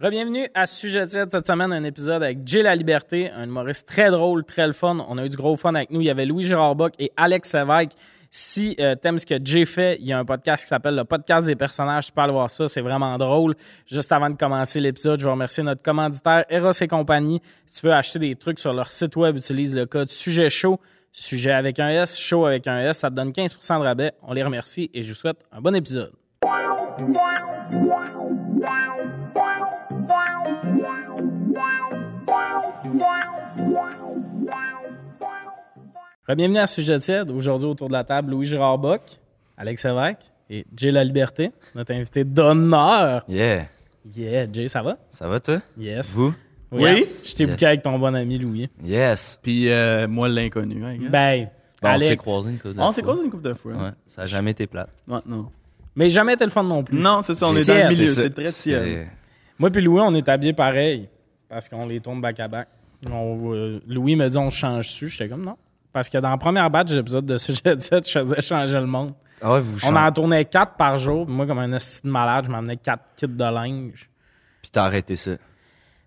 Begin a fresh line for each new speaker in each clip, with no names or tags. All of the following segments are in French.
Rebienvenue à Sujet Tiède. Cette semaine, un épisode avec Jay La Liberté, un humoriste très drôle, très le fun. On a eu du gros fun avec nous. Il y avait Louis Gérard Bock et Alex Lévesque. Si euh, t'aimes ce que Jay fait, il y a un podcast qui s'appelle le podcast des personnages. Tu peux aller voir ça, c'est vraiment drôle. Juste avant de commencer l'épisode, je veux remercier notre commanditaire Eros et compagnie. Si tu veux acheter des trucs sur leur site web, utilise le code Sujet Chaud, Sujet avec un S, Chaud avec un S. Ça te donne 15% de rabais. On les remercie et je vous souhaite un bon épisode. Bienvenue à Sujet Tiède. Aujourd'hui, autour de la table, Louis Gérard Bock, Alex Lévesque et Jay La Liberté, notre invité d'honneur.
Yeah,
Yeah, Jay, ça va?
ça va toi?
Yes.
Vous?
Yes. Je t'ai
Yes.
bouqué avec ton bon ami Louis.
Yes.
Puis euh, moi, l'inconnu, I guess.
Ben,
Bon, on s'est
Alex.
croisés une couple de
on s'est
fois.
causé une couple de fois.
Ouais, ça a jamais été plate.
Ouais, non.
Mais jamais t'es le fun non plus.
Non, c'est ça, on est
C'est
dans le
ciel.
milieu,
ça, Ben,
c'est très ciel.
Moi puis Louis, on est habillés pareil parce qu'on les tourne back à back. On, euh, Louis me dit on change dessus. J'étais comme non. Parce que dans la première batch d'épisodes de Sujet 7, je faisais changer le monde.
Ah ouais, vous
On
chantez.
en tournait quatre par jour. Moi, comme un esti de malade, je m'emmenais quatre kits de linge.
Puis t'as arrêté ça.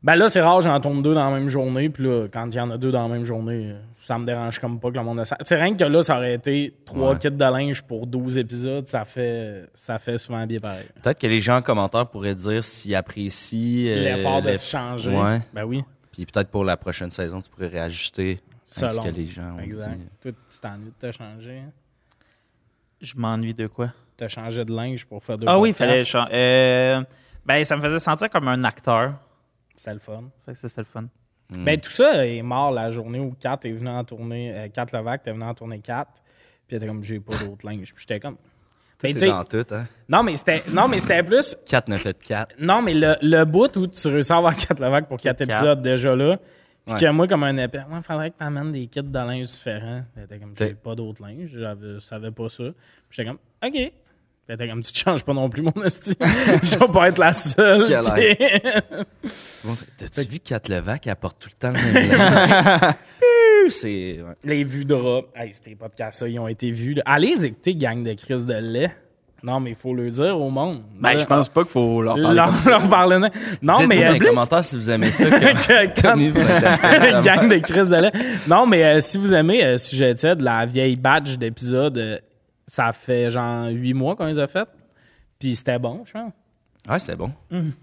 Ben là, c'est rare, j'en tourne deux dans la même journée. Puis là, quand il y en a deux dans la même journée, euh, ça me dérange comme pas que le monde a ça. C'est rien que là, ça aurait été trois
Ouais.
kits de linge pour 12 épisodes. Ça fait, ça fait souvent bien pareil.
Peut-être que les gens en commentaire pourraient dire s'ils apprécient. euh,
L'effort de
les-
se changer.
Ouais.
Ben oui,
Puis peut-être pour la prochaine saison, tu pourrais réajuster à ce
Selon.
que les gens ont
exact.
dit.
Toi, tu t'ennuies de te changer. hein?
Je m'ennuie de quoi?
T'as changé de linge pour faire deux
Ah oui, il
podcasts.
fallait. chan- euh, ben, ça me faisait sentir comme un acteur.
C'était le fun.
Fait que ça, c'était le fun.
Mm.
Ben, tout ça est mort la journée où Kat est venu en tourner. Euh, Kat Levac, t'es venu en tourner 4. Puis elle était comme, j'ai pas d'autre linge. Puis j'étais comme. Mais Ben, tu
T'es
sais,
dans tout, hein?
non, mais c'était non, mais c'était plus.
4 9 fait 4.
Non, mais le, le bout où tu réussis à avoir 4 Levac pour 4
Quatre.
épisodes déjà là. Puis
Ouais.
que moi, comme un épais, ouais, faudrait que t'amènes des kits de linge différents. Puis elle était comme, j'ai
Ok.
pas d'autre linge. j'avais- Je savais pas ça. Puis j'étais comme, OK. Puis elle était comme, tu te changes pas non plus, mon esti. Je vais pas être la seule.
Quelle
tu sais.
Bon, c'est- T'as-tu vu 4 Levac qui apporte tout le temps le même linge? Ouh, C'est. ouais.
Les vues de rap. Hey, c'était pas de casse, ils ont été vus. là. Allez écouter gang de crise de lait. Non, mais il faut le dire au monde.
Ben, je pense pas qu'il faut leur parler.
leur,
comme ça.
leur parler. Non, non
Dites-nous
mais
dans
euh,
les commentaires si vous aimez ça. Que...
que- quand-
Tony vous adaptez.
gang de crises de lait. Non, mais euh, si vous aimez euh, Sujet de la vieille badge d'épisodes, euh, ça fait genre huit mois qu'on les a faites. Puis c'était bon, je pense.
Ouais, c'est bon.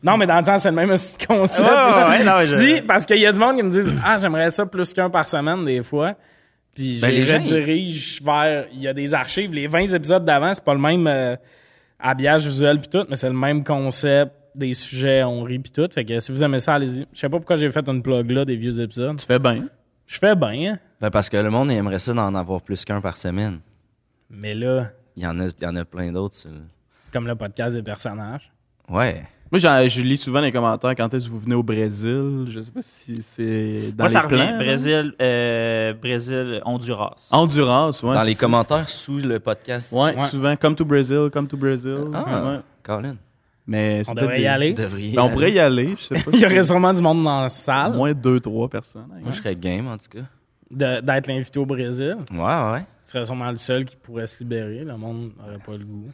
Non, mais dans le sens, c'est le même concept.
ouais, ouais, non,
Si,
je-
parce qu'il y a du monde qui me disent Ah, j'aimerais ça plus qu'un par semaine, des fois. Puis
Ben,
je les
les gens,
redirige vers. Il y a des archives. Les 20 épisodes d'avant, c'est pas le même euh, habillage visuel puis tout, mais c'est le même concept. Des sujets, on rit puis tout. Fait que si vous aimez ça, allez-y. Je sais pas pourquoi j'ai fait une plug là des vieux épisodes.
Tu fais bien.
Je fais bien, hein.
Ben, parce que le monde il aimerait ça d'en avoir plus qu'un par semaine.
Mais là,
Il y en a, il y en a plein d'autres. sur le-
comme le podcast des personnages.
Ouais.
Moi, j'en- je lis souvent les commentaires quand est-ce que vous venez au Brésil. Je sais pas si c'est dans
Moi, ça
les
revient.
plans. Ah.
Brésil, euh, Brésil, Honduras.
Endurance, ouais.
Dans
c'est
les
ça.
commentaires sous le podcast.
Ouais,
Ouais.
souvent. Come to Brazil, come to Brazil.
Ah,
Ouais.
Colin.
Mais c'est
On
peut-être
devrait
des-
y aller.
Vous devriez
Ben, on
aller.
pourrait y aller, je sais pas.
Il y aurait sûrement du monde dans la salle
Moins deux, trois personnes. I
Moi, je
guess.
serais game, en tout cas.
de- d'être l'invité au Brésil.
Ouais, ouais.
Tu serais sûrement le seul qui pourrait se libérer. Le monde n'aurait pas le goût.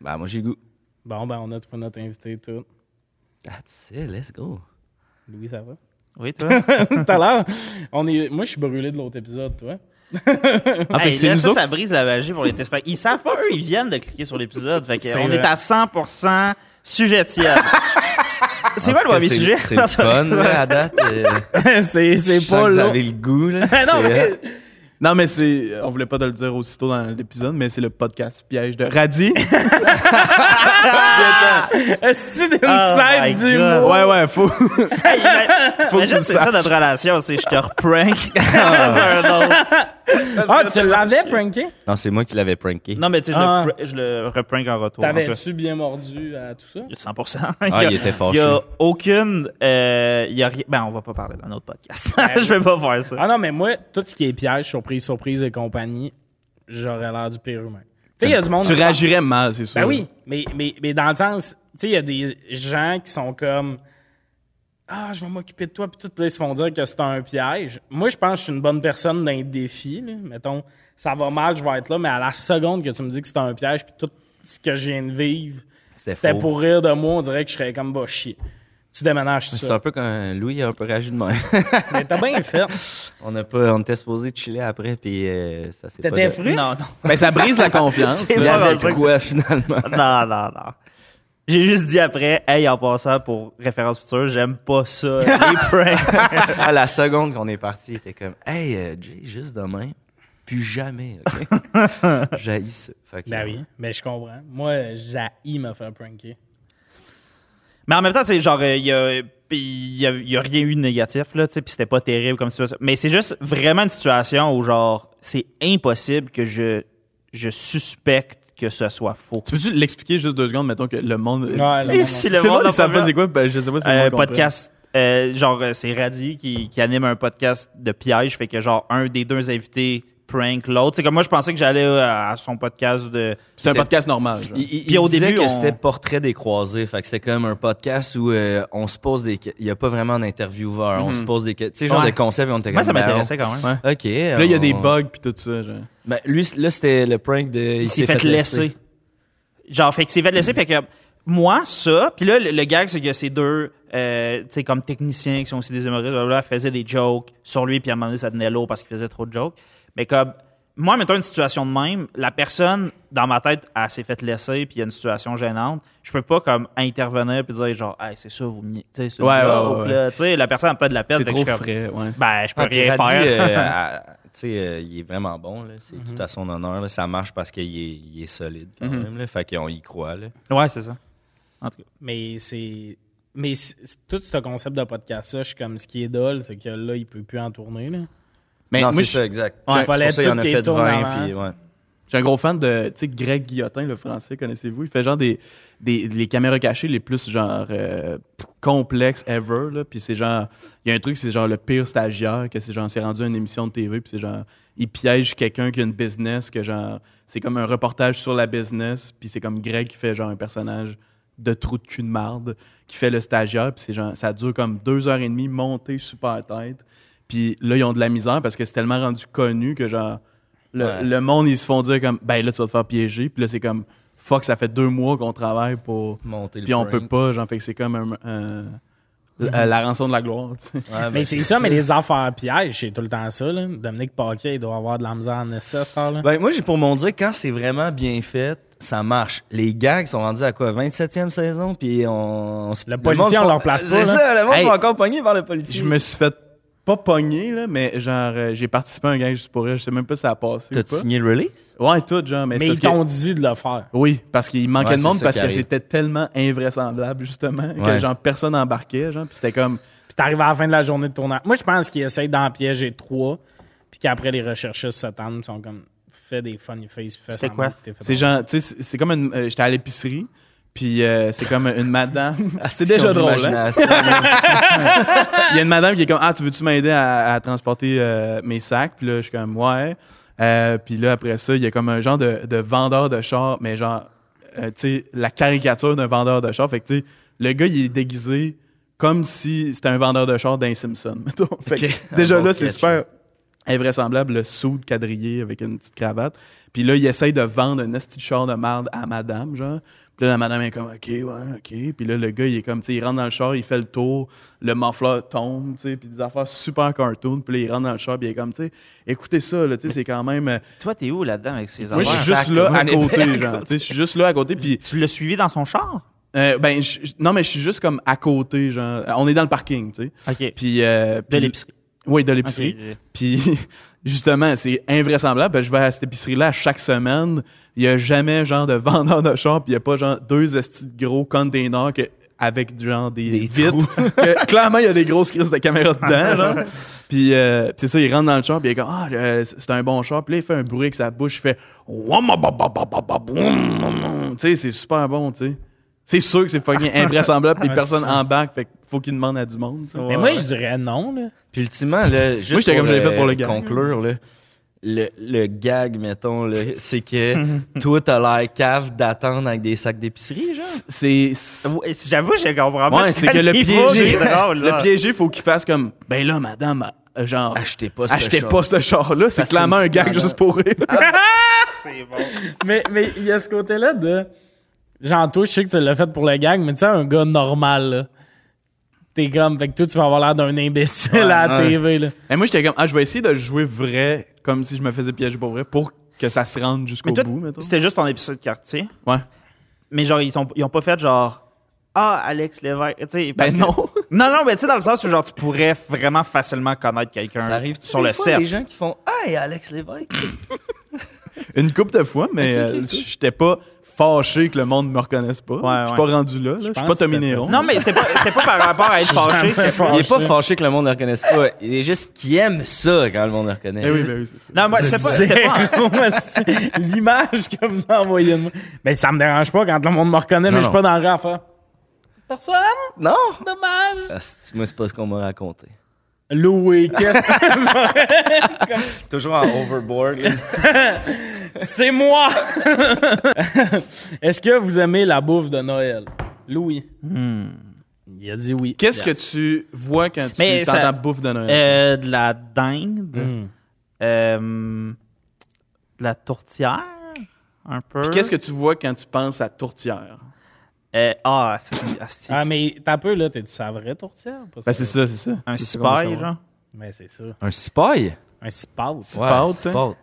Ben, moi, j'ai le goût.
Bon, ben, on a trouvé notre invité, tout.
That's it, let's go.
Louis, ça va?
Oui, toi?
Tout à l'heure, on est... moi, je suis brûlé de l'autre épisode, toi.
Ah, fait
Hey,
que c'est
là,
nous
ça,
autres.
ça brise la magie pour les tests. Ils savent pas, eux, ils viennent de cliquer sur l'épisode. Fait que
C'est
on
vrai.
est à 100% sujet tiède. c'est
En
quoi
tout
le
cas,
premier sujet?
C'est le fun, là, à date. euh,
c'est
je
c'est
sens
pas
que vous
là.
avez le goût, là.
non,
C'est-
mais...
Non, mais c'est. On voulait pas te le dire aussitôt dans l'épisode, mais c'est le podcast piège de Radis.
Est-ce que
Oh my
c'est du
God.
mot?
ouais, ouais, faut.
Hey, mais-
Faut que
imagine,
tu
c'est
le
ça notre relation, c'est je te reprank dans un autre.
Ah, tu l'avais pranké?
Non, c'est moi qui l'avais pranké.
Non, mais tu sais, je,
Ah.
le pr- je le reprank en retour. en tout cas.
T'avais-tu bien mordu à tout ça?
100%.
Ah,
y a-
il était
Il y
fâché.
a aucune. euh, il y a rien. Ben, on va pas parler d'un autre podcast. je vais pas faire ça.
Ah non, mais moi, tout ce qui est piège, surprise, surprise et compagnie, j'aurais l'air du pire humain. Tu sais, il y a du monde...
Tu réagirais mal, c'est sûr.
Ben oui, mais, mais, mais dans le sens, tu sais, il y a des gens qui sont comme Ah, je vais m'occuper de toi, puis tout, puis là, ils se font dire que c'est un piège. Moi, je pense que je suis une bonne personne dans les défis. là. Mettons, ça va mal, je vais être là, mais à la seconde que tu me dis que c'est un piège, puis tout ce que je viens de vivre,
C'était
c'était
faux.
pour rire de moi, on dirait que je serais comme va chier. Tu déménages, c'est
C'est
ça.
un peu quand Louis a un peu réagi de moi.
Mais t'as bien fait.
on, a pas, on était supposé chiller après, puis euh, ça s'est pas
T'étais
de-
frais?
Non, non.
Ben, ça brise la confiance.
Il y
Ouais,
avait
c'est vrai que
quoi, finalement?
Non, non, non. J'ai juste dit après, hey, en passant pour référence future, j'aime pas ça, les pranks.
à la seconde qu'on est parti, il était comme Hey, euh, Jay, juste demain, plus jamais. OK? J'haïs ça. Fait que,
Ben oui, mais je comprends. Moi, j'ai me faire pranker.
Mais en même temps, tu sais, genre, euh, il y a, pis y a, y a rien eu de négatif, là, tu sais, puis c'était pas terrible comme situation. Mais c'est juste vraiment une situation où, genre, c'est impossible que je, je suspecte que ce soit faux.
Tu peux-tu l'expliquer juste deux secondes, mettons que le monde.
Ouais, le
Et
monde-
si
C'est
le
moi
monde
qui
a
savent
pas
pas
vu-
c'est quoi, ben, je sais pas si c'est
Euh,
moi qui comprends.
podcast. euh, genre, euh, c'est Radi qui, qui anime un podcast de piège. Fait que, genre, un des deux invités prank l'autre. C'est comme moi, je pensais que j'allais euh, à son podcast de.
C'est un podcast normal. genre.
Il, il-
Puis
il
au
disait
début,
que
on-
c'était portrait des croisés. Fait que c'était comme un podcast où euh, on se pose des. que- Il n'y a pas vraiment d'intervieweur. On
Mhm.
se pose des. que- Tu sais, genre
Ouais.
de concept, et on était
Moi, ça
comme, ben,
m'intéressait quand même.
Ouais.
on- OK.
Puis là, il y a des bugs puis tout ça. genre.
Ben, lui, là, c'était le prank de.
Il s'est fait, laisser. Genre, fait qu'il s'est fait laisser. Fait que moi, ça. Puis là, le, le gag, c'est que ces deux, euh, tu sais, comme techniciens qui sont aussi des humoristes, blablabla, faisaient des jokes sur lui. Puis à un moment donné, ça devenait lourd parce qu'il faisait trop de jokes. Mais comme, moi, mettons une situation de même, la personne, dans ma tête, elle s'est fait laisser. Puis il y a une situation gênante. Je peux pas, comme, intervenir puis dire, genre, hey, c'est ça, vous me. niaisez, Tu sais, c'est une
Ouais, ouais,
joke,
ouais, ouais.
là. Tu sais, la personne a peut-être de la peine.
C'est
Fait que
trop
je suis comme,
frais. Ouais.
Ben, je peux
Ah, puis
rien
Radis,
faire. Mhm.
euh, à- tu sais, euh, il est vraiment bon. là. C'est tout à son honneur. là. Ça marche parce qu'il est, il est solide quand
Mhm.
même. Là. Fait qu'on y croit. Là.
euh,
Ouais, c'est ça. En tout cas.
Mais c'est. Mais c'est- tout ce concept de podcast-là, je suis comme ce qui est dole, c'est que là, il peut plus en tourner. Là.
Mais
non,
moi,
c'est
je-
ça, exact.
Ouais,
C'est pour
fallait
ça qu'il en
tout
a
qu'il
fait
tourne
20.
avant.
Puis, ouais.
je suis un gros fan de, tu sais, Greg Guillotin, le français, connaissez-vous? Il fait genre des, des les caméras cachées les plus, genre, euh, complexes ever, là. Puis c'est genre, il y a un truc, c'est genre le pire stagiaire, que c'est genre, c'est rendu à une émission de TV, puis c'est genre, il piège quelqu'un qui a une business, que genre, c'est comme un reportage sur la business, puis c'est comme Greg qui fait genre un personnage de trou de cul de marde, qui fait le stagiaire, puis c'est genre, ça dure comme deux heures et demie, monté super tête. Puis là, ils ont de la misère parce que c'est tellement rendu connu que genre, le,
Ouais.
le monde, ils se font dire comme, ben là, tu vas te faire piéger. Puis là, c'est comme, fuck, ça fait deux mois qu'on travaille pour.
Monter le
Puis on
prank.
peut pas, genre, fait que c'est comme un- un- la, la rançon de la gloire, tu sais.
Ouais, ben,
Mais c'est ça, mais les affaires pièges, c'est tout le temps ça. Là. Dominique Paquet, il doit avoir de la misère en essa, cette heure-là.
Ben, moi, j'ai pour mon dire, quand c'est vraiment bien fait, ça marche. Les gags sont rendus à quoi? 27e saison, puis on, on se-
Le policier,
monde se
on
font-
leur place pas,
C'est
là.
ça, le monde
Hey.
est encore pogné par le policier.
Je me suis fait pas pogner, là, mais genre, euh, j'ai participé à un gag juste pour elle. Je sais même pas si ça a passé ou
T'as-tu
pas.
signé le release?
Ouais, tout, genre, mais, c'est
mais ils
parce que-
t'ont dit de le faire.
Oui, parce qu'il manquait
Ouais,
de
c'est
monde
ça
parce
qui
que
arrive.
c'était tellement invraisemblable, justement, que
Ouais.
genre, personne embarquait, genre, puis c'était comme.
Puis t'arrives à la fin de la journée de tournage. Moi, je pense qu'ils essayent d'en piéger trois, puis qu'après, les recherchistes s'attendent, ils sont comme, fais des funny face, puis fais
C'était
semblant
quoi?
que t'es fait
C'est genre, tu sais, c'est- c'est comme une. euh, J'étais à l'épicerie, puis euh, c'est comme une madame.
Ah,
c'est déjà drôle, hein? Il y a une madame qui est comme Ah, tu veux-tu m'aider à, à transporter euh, mes sacs? Puis là, je suis comme Ouais. Euh, puis là, après ça, il y a comme un genre de, de vendeur de char, mais genre, euh, tu sais, la caricature d'un vendeur de char. Fait que, tu sais, le gars, il est déguisé comme si c'était un vendeur de char d'un Simpson, mettons. Fait que,
Ok. Un
déjà
bon
là, c'est
sketch,
super
hein.
invraisemblable, le soude quadrillé avec une petite cravate. Puis là, il essaye de vendre un esti de char de marde à madame, genre. Puis là, la madame est comme, OK, ouais, OK. Puis là, le gars, il est comme, tu sais, il rentre dans le char, il fait le tour, le mafleur tombe, tu sais, puis des affaires super cartoon. Puis là, il rentre dans le char, puis il est comme, tu sais, écoutez ça, là, tu sais, c'est quand même... euh,
Toi, t'es où là-dedans avec ces
Moi, je suis
affaires?
juste là à
comme un
côté,
épée à
genre. Tu sais, je suis juste là à côté, puis...
Tu l'as suivi dans son char?
euh, ben, je- je- non, mais je suis juste comme à côté, genre. On est dans le parking, tu sais.
OK.
Puis... euh,
De
puis-
l'épicerie.
Oui, de l'épicerie.
Ok.
Puis justement, c'est invraisemblable. parce que je vais à cette épicerie-là chaque semaine. Il n'y a jamais genre de vendeur de char, puis il n'y a pas genre deux estis de gros containers que, avec genre des,
Des
vitres. que clairement, il y a des grosses crises de caméra dedans. Là. Puis euh, puis c'est ça, il rentre dans le char, puis il est comme Ah, euh, c'est un bon char. Puis là, il fait un bruit avec sa bouche, il fait Wamabababababoum. Tu sais, c'est super bon, tu sais. C'est sûr que c'est fucking invraisemblable, puis
Ouais,
personne
c'est ça.
embarque, fait qu'il faut qu'il demande à du monde. tu sais.
Ouais.
Mais moi, je dirais non, là.
Puis ultimement, là, juste
Moi, j'étais
pour,
comme, je l'ai fait
euh,
pour le gag.
conclure, là, le, le gag, mettons, là, c'est que toi, t'as l'air cave d'attendre avec des sacs d'épicerie, genre.
C'est. c'est-
Ouais, c'est- J'avoue, je comprends pas.
Ouais, c'est que le
niveau qui
piégé,
est drôle, là.
le piégé, faut qu'il fasse comme, ben là, madame, euh, genre,
Achetez pas ce
achetez
char.
pas ce char-là, c'est
Parce que
clairement
c'est
un
une
gag
petite
juste pour rire.
C'est bon.
mais mais il y a ce côté-là de. Genre, toi, je sais que tu l'as fait pour le gang, mais tu sais, un gars normal, là. T'es comme, fait que toi, tu vas avoir l'air d'un imbécile
Ouais,
à la
ouais.
TV, là.
Et moi, j'étais comme, ah, je vais essayer de jouer vrai, comme si je me faisais piéger pour vrai, pour que ça se rende jusqu'au
Mais toi,
bout, mettons.
c'était juste ton épisode de quartier.
Ouais.
Mais genre, ils n'ont pas fait genre. Ah, Alex Lévesque. tu sais, parce
Ben
que-
non.
Non, non, mais tu sais, dans le sens où genre, tu pourrais vraiment facilement connaître quelqu'un
Ça arrive
sur le set.
des gens qui font Hey, Alex Lévesque.
Une couple de fois, mais
Ok, ok,
euh,
ok.
j'étais pas fâché que le monde me reconnaisse pas.
Ouais,
je suis
ouais.
pas rendu là. là. Je suis
pense
pas
que c'était
Tommy Néron.
Non, mais c'était pas, c'était pas par rapport à être fâché. c'était plus-
Il est pas fâché que le monde ne le reconnaisse pas. Il est juste qui aime ça quand le monde le reconnaît.
Eh oui, ben oui, c'est ça.
Non, moi, c'était pas. c'était pas-
Zéro, hostie. L'image que vous envoyez de moi. Ben, ça me dérange pas quand le monde me reconnaît, mais je suis pas dans hein. le rang à faire.
Personne? Non!
Dommage.
Asti, Ah, moi, c'est pas ce qu'on m'a raconté.
Loué, qu'est-ce que c'est?
Toujours en overboard.
C'est moi! Est-ce que vous aimez la bouffe de Noël? Louis. Il a dit oui.
Qu'est-ce
Bien.
que tu vois quand
Mais
tu t'entends
ça-
bouffe de Noël?
Euh, de la dinde.
Hmm.
Mm.
Euh, de la tourtière. Un peu.
Qu'est-ce que tu vois quand tu penses à tourtière?
Euh, ah, c'est. ah, c'est-
Ah, mais t'as peu, là, t'es-tu sa vraie tourtière? Pas
Ben, c'est ça, c'est ça.
Un
C'est ça qu'on veut
cipaille,
savoir.
genre.
hein? Mais c'est ça.
Un spy?
Un space.
Ouais. Spot,
spot.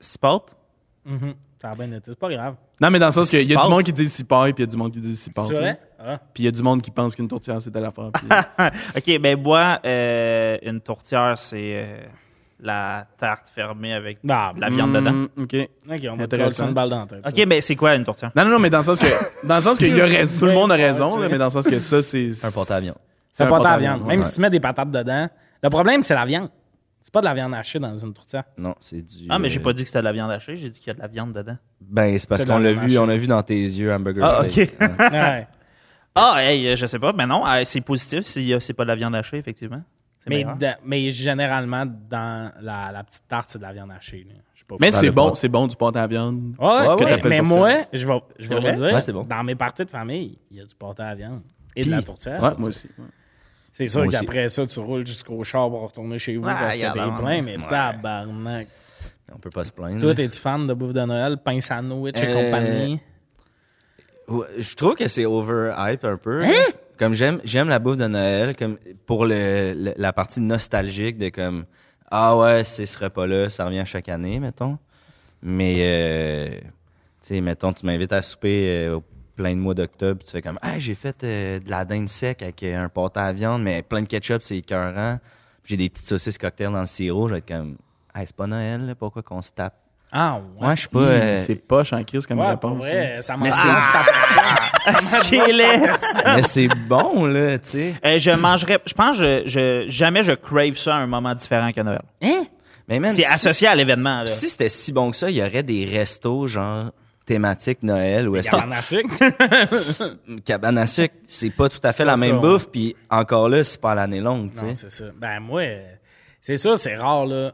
Cipote.
Mhm. T'as bien été. C'est pas grave.
Non, mais dans le sens qu'il y a
Cipaille.
du monde qui dit cipaille, puis il y a du monde qui dit cipaille.
C'est vrai? Ah.
Puis il y a du monde qui pense qu'une tourtière, c'est de l'affaire. puis-
Ok, ben, moi, euh, une tourtière, c'est euh, la tarte fermée avec
Bah,
de la viande dedans.
Mm, OK.
OK, on va te coller
Intéressant.
ça une balle dans la tête.
Ok, ben, c'est quoi une tourtière?
Non, non, non, mais dans le sens que, dans le sens que il y a raison- tout le monde a raison,
Ouais,
là, mais dans le sens que ça, c'est.
Un porte-avions.
C'est pas ta
porte-avions,
viande.
ouais.
Même
ouais.
si tu mets des patates dedans. Le problème, c'est la viande. C'est pas de la viande hachée dans une tourtière.
Non, c'est du.
Ah, mais j'ai
euh,
pas dit que c'était de la viande hachée, j'ai dit qu'il y a de la viande dedans.
Ben, c'est parce
C'est de la
qu'on l'a
même
vu, on
machine.
l'a vu dans tes yeux, hamburger
Ah,
steak.
ok.
Ouais.
Ouais.
Ah, hey, euh, je sais pas, mais non, euh, c'est positif si euh, c'est pas de la viande hachée, effectivement. C'est
mais,
meilleur.
de- mais généralement, dans la, la petite tarte, c'est de la viande hachée. là. Je sais pas.
Mais
Dans
c'est
le
bon,
pot.
c'est bon du pâte à viande.
Ouais, ouais,
que
ouais,
t'appelles
mais
tourtière.
moi, je vais, je vais
C'est vrai?
vous dire,
Ouais, c'est bon.
dans mes parties de famille, il y a du pâté à la viande et de
Puis-
la tourtière.
Ouais, moi aussi. ouais.
C'est sûr
Moi aussi.
qu'après ça, tu roules jusqu'au char pour retourner chez vous
Ah,
parce que
y a la
t'es
vente.
plein, mais tabarnak.
On peut pas se plaindre.
Toi, t'es-tu fan de bouffe de Noël, pain sandwich et
Euh,
compagnie?
Ouais, je trouve que c'est overhype un peu. Comme j'aime j'aime la bouffe de Noël comme pour le, le- la partie nostalgique de comme ah ouais, c'est ce repas là, ça revient chaque année mettons. Mais euh, tu sais mettons tu m'invites à souper euh, au plein de mois d'octobre, tu fais comme ah, j'ai fait euh, de la dinde sec avec euh, un pâté à viande mais plein de ketchup, c'est écœurant. Puis J'ai des petites saucisses cocktail dans le sirop, je vais être comme ah, c'est pas Noël, là, pourquoi qu'on se tape
Ah, ouais.
Moi, je suis pas
Hum,
euh,
C'est poche en crise comme
Ouais, pour
réponse.
vrai, ça m'a
Mais
Ah, ça m'a-
Ce qui est laid.
mais c'est bon là, tu sais.
Euh, je mangerais, je pense, que je, je- jamais je crave ça à un moment différent qu'à Noël.
Hein? Mais man,
C'est
si-
associé à l'événement. là.
Puis si c'était si bon que ça, il y aurait des restos genre thématiques Noël ou est-ce que
Cabane à sucre.
cabane à sucre, c'est pas tout à fait la
pas
même
ça,
bouffe puis encore là, c'est pas à l'année longue, tu
Non,
sais.
c'est ça. Ben, moi, euh, c'est ça, c'est rare, là.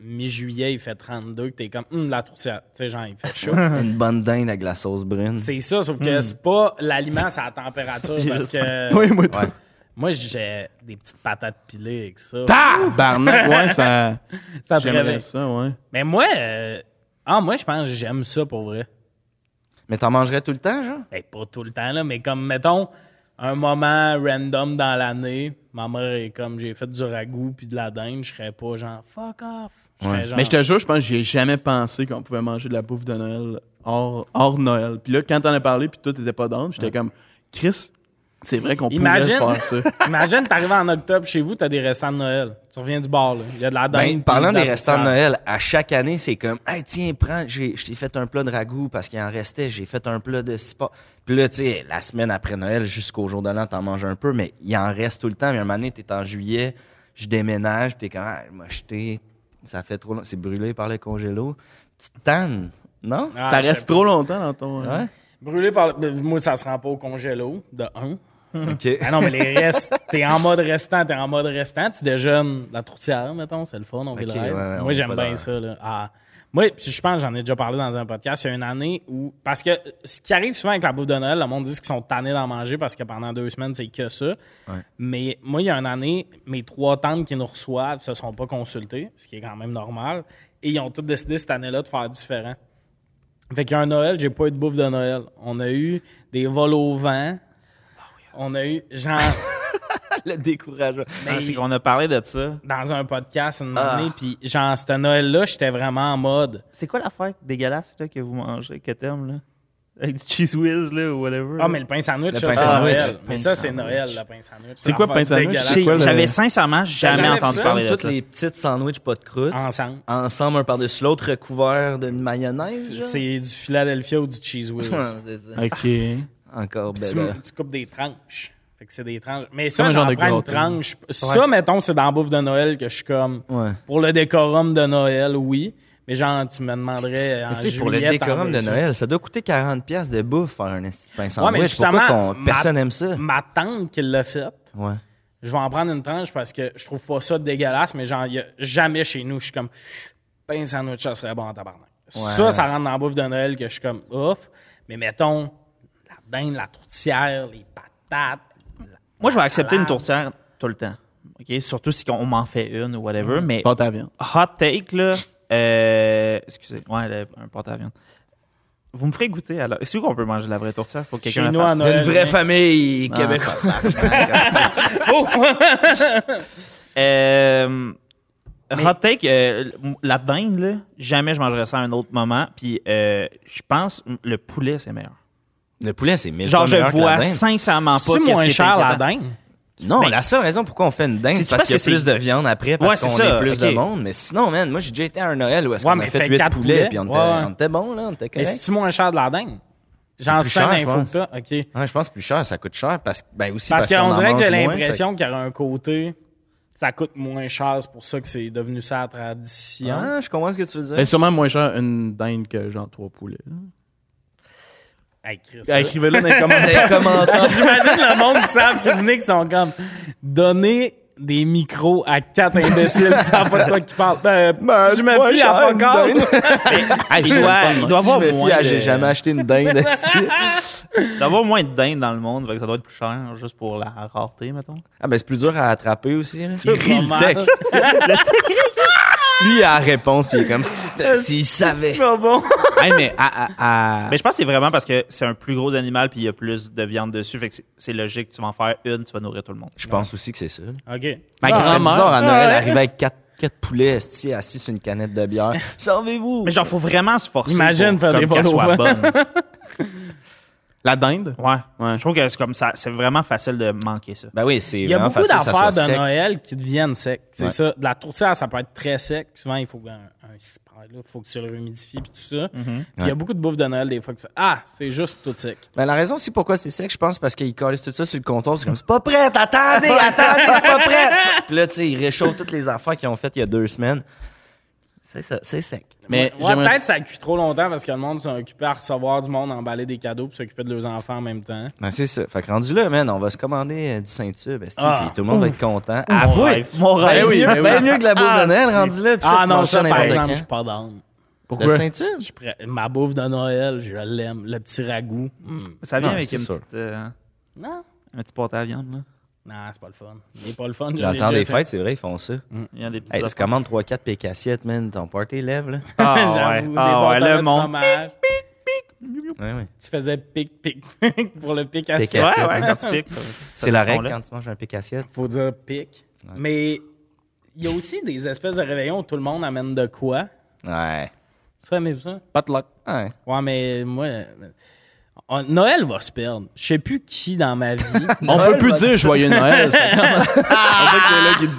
Mi-juillet, il fait 32, que t'es comme, hum, la tourtière. Tu sais, genre, il fait chaud.
Une bonne dinde avec de la sauce brune.
c'est ça, sauf que c'est pas l'aliment, c'est la température. parce que
Oui, moi, tout.
Ouais.
moi, j'ai des petites patates pilées avec ça.
Tabarnak, ouais, ça.
ça te
J'aimerais
réveille.
ça, ouais.
Mais moi, euh, ah, moi, je pense que j'aime ça pour vrai.
Mais t'en mangerais tout le temps, genre
Ben, pas tout le temps, là, mais comme, mettons, un moment random dans l'année, ma mère est comme, j'ai fait du ragoût puis de la dinde, je serais pas genre, fuck off. Je serais genre,
Mais je te jure, je pense que j'ai jamais pensé qu'on pouvait manger de la bouffe de Noël hors, hors Noël. Puis là, quand t'en as parlé, puis toi, t'étais pas d'âme, j'étais comme, Chris, c'est vrai qu'on pourrait
Imagine.
faire ça.
Imagine, t'arrives en octobre chez vous, t'as des restants de Noël. Tu reviens du bar, là. Il y a de la dinde.
Ben,
puis
parlant
la
des restants de
poussière.
Noël, à chaque année, c'est comme Hey, tiens, prends, j'ai, je t'ai fait un plat de ragoût parce qu'il en restait, j'ai fait un plat de sport. Puis là, tu sais, la semaine après Noël jusqu'au jour de l'an, t'en manges un peu, mais il en reste tout le temps. Mais un moment donné, t'es en juillet, je déménage, puis t'es comme Ah, m'a jeté, ça fait trop long, c'est brûlé par le congélo. Tu te tannes, non?
Ah,
ça
je sais
reste
pas.
trop longtemps dans ton.
Ouais.
Brûlé par. le- ben, Moi, ça se rend pas au congélo, de un.
OK.
Ah non, mais les restes. T'es en mode restant, t'es en mode restant. Tu déjeunes la tourtière, mettons, c'est le fun, on vit le
Ok,
rêve.
ouais, ouais, on
Moi,
est
j'aime
pas
bien
dans-
ça, là. Ah. Moi, puis je pense, j'en ai déjà parlé dans un podcast, il y a une année où. Parce que ce qui arrive souvent avec la bouffe de Noël, le monde dit qu'ils sont tannés d'en manger parce que pendant deux semaines, c'est que ça. Mais moi, il y a une année, mes trois tantes qui nous reçoivent se sont pas consultées, ce qui est quand même normal. Et ils ont tous décidé cette année-là de faire différent. Fait qu'un Noël, j'ai pas eu de bouffe de
Ah,
Noël. On a eu des vols au vent. On a eu genre.
le découragement.
Ah, c'est qu'on a parlé de ça.
dans un podcast une
Ah.
année, puis genre, ce Noël-là, j'étais vraiment en mode.
C'est quoi l'affaire dégueulasse là, que vous mangez, que t'aimes, là? Avec du cheese whiz, là, ou whatever.
Ah, mais le pain sandwich,
Le
ça,
pain
c'est
sandwich.
Noël.
Le
Mais
pain
ça, c'est
sandwich.
Noël, le pain sandwich.
C'est quoi le pain
Affaire
sandwich?
dégueulasse.
J'ai-
quoi, le-
J'avais sincèrement jamais
Jamais
entendu
ça,
parler de
Toutes
ça.
les petites sandwichs pas de croûte,
Ensemble.
ensemble un par-dessus l'autre, recouvert d'une mayonnaise. genre.
C'est du Philadelphia ou du cheese whiz.
Ouais, c'est ça.
euh, OK.
Encore belle.
tu, tu coupes des tranches. Fait que c'est des tranches. Mais ça,
Comme un
j'en
genre de
prends une
gâteau.
tranche. Ça, mettons, c'est dans la bouffe de Noël que je suis comme...
Ouais.
Pour le décorum de Noël, oui. Mais genre, tu me demanderais en
Mais tu sais,
juillet...
pour le décorum
t'en
de
veux-tu?
Noël, ça doit coûter 40$ piastres de bouffe faire un esti de pain
Ouais, mais
sandwich. Pourquoi
justement...
qu'on-
ma-
personne aime ça?
Ma tante qui l'a faite,
Ouais.
je vais en prendre une tranche parce que je trouve pas ça dégueulasse, mais genre, il y a jamais chez nous, je suis comme, pain sandwich, ça serait bon en tabarnak. Ça, ça rentre dans la bouffe de Noël que je suis comme, ouf. Mais mettons, la dinde, la tourtière, les patates.
Moi, je vais accepter une
salade.
tourtière tout le temps. OK? Surtout si on m'en fait une ou whatever.
Mm.
Mais
Pâte à viande.
hot take, là. euh, excusez. Ouais, le- un porte à viande. Vous me ferez goûter alors. Est-ce qu'on peut manger de la vraie tourtière? Faut que
Chez
quelqu'un
nous,
la fasse.
en Noël, hein.
famille
Ah,
québécoise.
Oh!
Euh, Hot take, euh, la dinde, là, jamais je mangerais ça à un autre moment. Puis euh, je pense m- le poulet, c'est meilleur.
Le poulet, c'est mille
Genre,
fois
je
meilleur que la
vois
dinde.
sincèrement pas.
C'est
qu'est-ce qui
moins
est
cher, la
inquiétant.
dinde.
Non,
Ben,
la seule raison pourquoi on fait une dinde,
c'est-tu
c'est parce
parce
qu'il y a
que
plus
c'est-
de viande après, parce
Ouais,
qu'on
c'est
est
ça,
plus
ok.
de monde. Mais sinon, man, moi, j'ai déjà été à un Noël où est-ce
Ouais,
qu'on a
mais
fait
fait
8
quatre
poulets,
poulets.
puis on était
Ouais.
on était bon, là, on était
Mais
correct.
c'est-tu moins cher de la dinde? J'en
plus
sais
cher, je
info que
pense.
t'as. OK.
Ouais, Ah, je pense que plus cher, ça coûte cher, parce, que- ben, aussi
Parce,
parce,
qu'on
en
dirait que j'ai
mange moins,
l'impression qu'il y aurait un côté, ça coûte moins cher, c'est pour ça que c'est devenu ça la
fait que-
tradition.
Ah, je comprends ce que tu veux
Ben,
dire.
sûrement moins cher une dinde que genre trois poulets.
Hey, Chris, là.
Écrivez-le dans les commentaires.
Des commentaires.
J'imagine le monde qui savent cuisiner qui sont comme donner des micros à quatre imbéciles qui savent pas de quoi qu'ils parlent. Ben, si
Ben,
je
c'est moins
me fie
cher,
à
une
fuck all.
dinde.
Il doit, Ah, il doit
Si
avoir
je me fie
moins
à
de-
j'ai jamais acheté une dinde. esti.
il doit avoir moins de dinde dans le monde, fait que ça doit être plus cher juste pour la rareté, mettons.
ah, ben, c'est plus dur à attraper aussi, là.
rit le tech.
Lui, il a la réponse, puis il est comme, s'il savait.
C'est pas bon.
Hey, mais à- à- à-
Mais je pense que c'est vraiment parce que c'est un plus gros animal puis il y a plus de viande dessus. Fait que c'est- c'est logique, tu vas en faire une, tu vas nourrir tout le monde.
Je pense aussi que c'est ça.
OK.
Ma grand-mère,
grand-mère.
Ah, bizarre, à Noël,
Ah, Ouais.
arrivait avec quatre, quatre poulets esti, assis sur une canette de bière. Servez-vous!
Mais genre, faut vraiment se forcer.
Imagine
pour,
faire
comme
des
qu'elle
vols au
soit
vent.
bonne.
La dinde?
Ouais.
Ouais.
Je trouve que c'est comme ça, c'est vraiment facile de manquer ça.
Ben oui, c'est
Il y a
vraiment
beaucoup
facile, ça
d'affaires de
soit sec.
Noël qui deviennent secs. C'est
Ouais.
ça. De la tourtière, ça peut être très sec. Souvent, il faut un, un cipar, là. faut que tu le humidifies puis tout
Mm-hmm.
ça. Puis il y a
Ouais.
beaucoup de bouffe de Noël des fois que tu fais Ah, c'est juste tout sec.
Ben, la raison aussi pourquoi c'est sec, je pense, parce qu'ils collent tout ça sur le comptoir. C'est comme, c'est pas prêt, attendez, attendez, c'est pas prêt. Puis là, tu sais, ils réchauffent toutes les affaires qu'ils ont faites il y a deux semaines. C'est ça, c'est sec.
Mais
Ouais,
j'aimerais-
peut-être que ça cuit trop longtemps parce que le monde s'est occupé à recevoir du monde, emballer des cadeaux puis s'occuper de leurs enfants en même temps.
Ben, c'est ça. Fait que rendu là, man, on va se commander euh, du Saint-Tube, esti,
Ah.
puis tout le monde va être content.
Mon
Avouez,
rêve. Mon
ben
rêve.
oui,
mieux,
ben oui.
ben mieux que la bouffe de Noël, rendu là. puis
Ah
tu
non,
manges
ça, par
n'importe
exemple,
quand.
je suis pas down.
Le
Pourquoi?
Saint-Tube?
Je prends- Ma bouffe de Noël, je l'aime. Le petit ragoût. hmm.
Ça vient
Non,
avec
c'est
une
sûr.
petite, euh,
Non.
un petit pâté à viande. Là.
Non, c'est pas le fun. C'est pas le fun. je
Dans le
l'ai
temps
déjà
des
fait.
fêtes, c'est vrai, ils font ça.
Il y a des petites
Hey, tu
affaires.
commandes 3-4 pécassiettes, man, ton party lève, là.
Ah ouais,
J'avoue, des
ah ouais,
bons
le
le
monde.
Ouais, ouais.
Tu faisais pic, pic, pic pour le pic à
Pic
sec.
à
Ouais,
sec.
ouais, quand tu piques. ça-
C'est la
ça
règle
son
quand tu manges un pécassiette.
Faut dire pic. Mais il y a aussi des espèces de réveillons où tout le monde amène de quoi.
Ouais.
Ça, mais ça.
Pas de luck.
Ouais.
Ouais, mais moi. euh, on- Noël va se perdre. Je sais plus qui dans ma vie.
On
Noël,
peut plus
bah-
dire joyeux Noël. c'est comme- On sait que c'est là qu'il dit.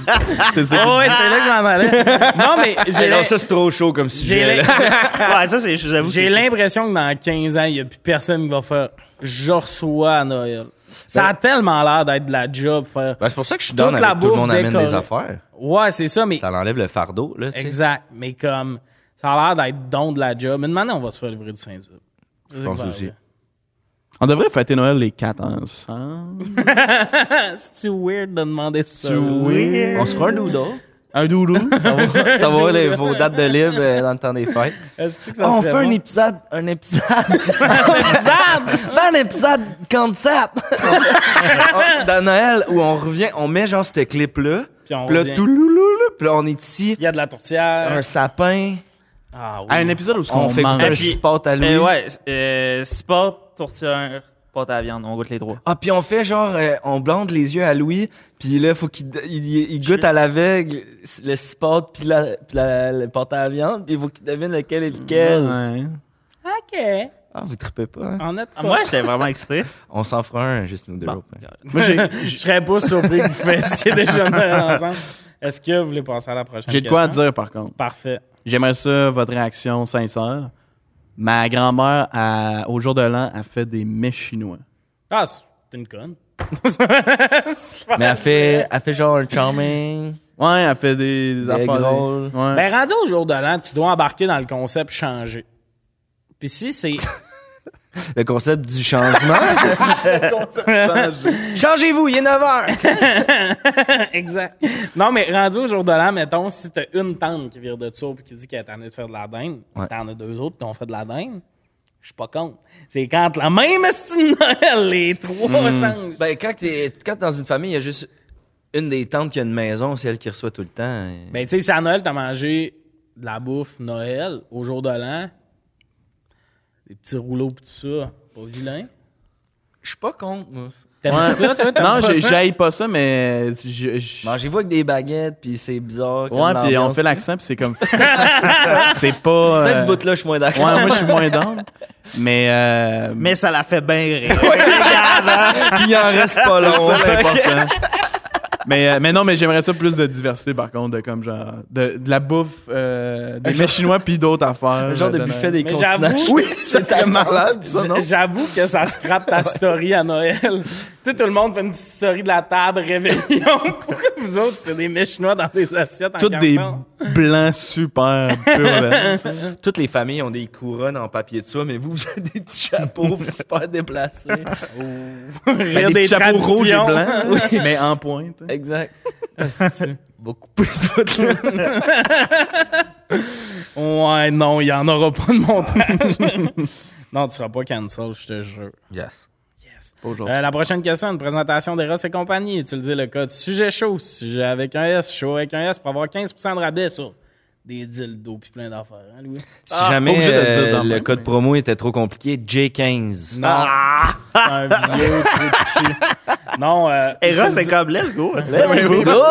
C'est ça. qu'il
Ah
dit.
ouais, c'est là que je m'en allais. Non, mais j'ai l'im-
c'est trop chaud comme
j'ai l'im-
là. Ouais, ça, c'est, j'avoue.
j'ai
c'est-
l'impression que dans 15 ans, il n'y a plus personne qui va faire je reçois à Noël. Ça a tellement l'air d'être de la job. Faire...
Ben, c'est pour ça que je suis donne
Toute la
avec tout le
bouffe
monde amène
décorée.
des affaires.
Ouais, c'est ça, mais
Ça l'enlève le fardeau, là, tu sais.
Exact. Mais comme, ça a l'air d'être don de la job. Mais maintenant, on va se faire livrer du Saint-Tube. Je
pense aussi.
On devrait fêter Noël les quatre ensemble.
C'est-tu weird de demander ça?
Oui.
On se fera un doodle.
Un doudou.
Ça va, ça va voir les- vos dates de libre euh, dans le temps des fêtes.
Est-ce que ça
On
serait
fait
bon?
un épisode, un épisode. un épisode concept. dans Noël où on revient, on met genre ce clip-là.
Puis on
Puis là,
revient.
tout loulou, là. Puis là, on est ici.
Il y a de la tourtière.
Un sapin.
Ah oui.
À un épisode où ce
On
qu'on
fait
mange.
un
puis-
sport à lui.
Euh, ouais, euh, Eh, sport, tourtière, pâte à la viande. On goûte les trois.
Ah, puis on fait genre, euh, on blonde les yeux à Louis, puis là, faut qu'il il, il- il goûte à l'aveugle le spot puis la, puis la, le pâte à la viande, puis il faut qu'il devine lequel est lequel.
OK.
Ah, vous tripez pas, hein?
En note
Ah,
pas.
moi, j'étais vraiment excité.
On s'en fera un, juste nous deux. au pire.
Moi, j'ai-
je serais pas surpris que vous fassiez déjà ensemble. Est-ce que vous voulez passer à la prochaine
J'ai de quoi à
question?
dire, par contre.
Parfait.
J'aimerais ça, votre réaction sincère. Ma grand-mère, a- au jour de l'an, a fait des mets chinois.
Ah, c'est une conne. Super.
Mais elle fait, elle fait genre un charming.
Ouais, elle fait des, des affaires.
drôles.
des- ouais.
Ben, rendu au jour de l'an, tu dois embarquer dans le concept changer. Puis si c'est.
Le concept du changement. Changez-vous, il est 9 h
exact. Non, mais rendu au jour de l'an, mettons, si t'as une tante qui vire de tour et qui dit qu'elle est en train de faire de la dinde,
Ouais.
t'en as deux autres qui ont fait de la dinde, je suis pas contre. C'est quand la même estime de Noël, les trois changent.
Ben, quand t'es, quand t'es dans une famille, il y a juste une des tantes qui a une maison, c'est elle qui reçoit tout le temps.
Ben, tu sais, si à Noël, t'as mangé de la bouffe Noël au jour de l'an, des petits rouleaux pis tout ça, pas vilain.
Je suis pas contre, moi.
T'aimes
Ouais.
ça, toi? T'aimes pas
Non, j'ai-
ça?
j'haïs pas ça, mais. je- je-
Mangez-vous avec des baguettes, puis c'est bizarre. comme
Ouais, puis on
l'ambiance.
fait l'accent, puis c'est comme. c'est pas.
Peut-être du
euh,
bout de là, je suis moins d'accord.
Ouais, moi, je suis moins down. Mais. euh,
Mais ça la fait bien rire. Regarde, hein?
il en reste pas long.
Ça, c'est important. mais, euh, mais non, mais j'aimerais ça plus de diversité, par contre, de comme genre. De, de la bouffe, euh, des mets chinois, puis d'autres affaires.
Un genre de
euh,
buffet des
Mais
continents.
j'avoue-
Oui, c'est très malade, ça, non?
J- J'avoue que ça scrape ta story à Noël. tu sais, tout le monde fait une petite story de la table, réveillon. Pourquoi vous autres, c'est des mets chinois dans des assiettes en
Toutes des
carton?
blancs super pur.
Toutes les familles ont des couronnes en papier de soie, mais vous, vous avez des petits chapeaux super déplacés.
Rire
ben, des,
des
chapeaux rouges et
traditions.
blancs, mais en pointe.
Exact. Beaucoup plus de là.
Ouais, non, il y en aura pas de montage. non, tu seras pas cancel, je te jure.
Yes.
Yes.
aujourd'hui.
Euh, la prochaine question, une présentation d'Eros et compagnie. Utilisez le code sujet chaud, sujet avec un S, chaud avec un S pour avoir 15% de rabais sur des dildos puis plein d'affaires, hein, Louis?
Si
Ah,
jamais
obligé de le dire
euh,
dans
le
le-
code promo était trop compliqué, J15.
Ah! C'est un vieux truc de cul. Non, euh,
Eros,
utilisez-
c'est comme, let's go.
Let's go!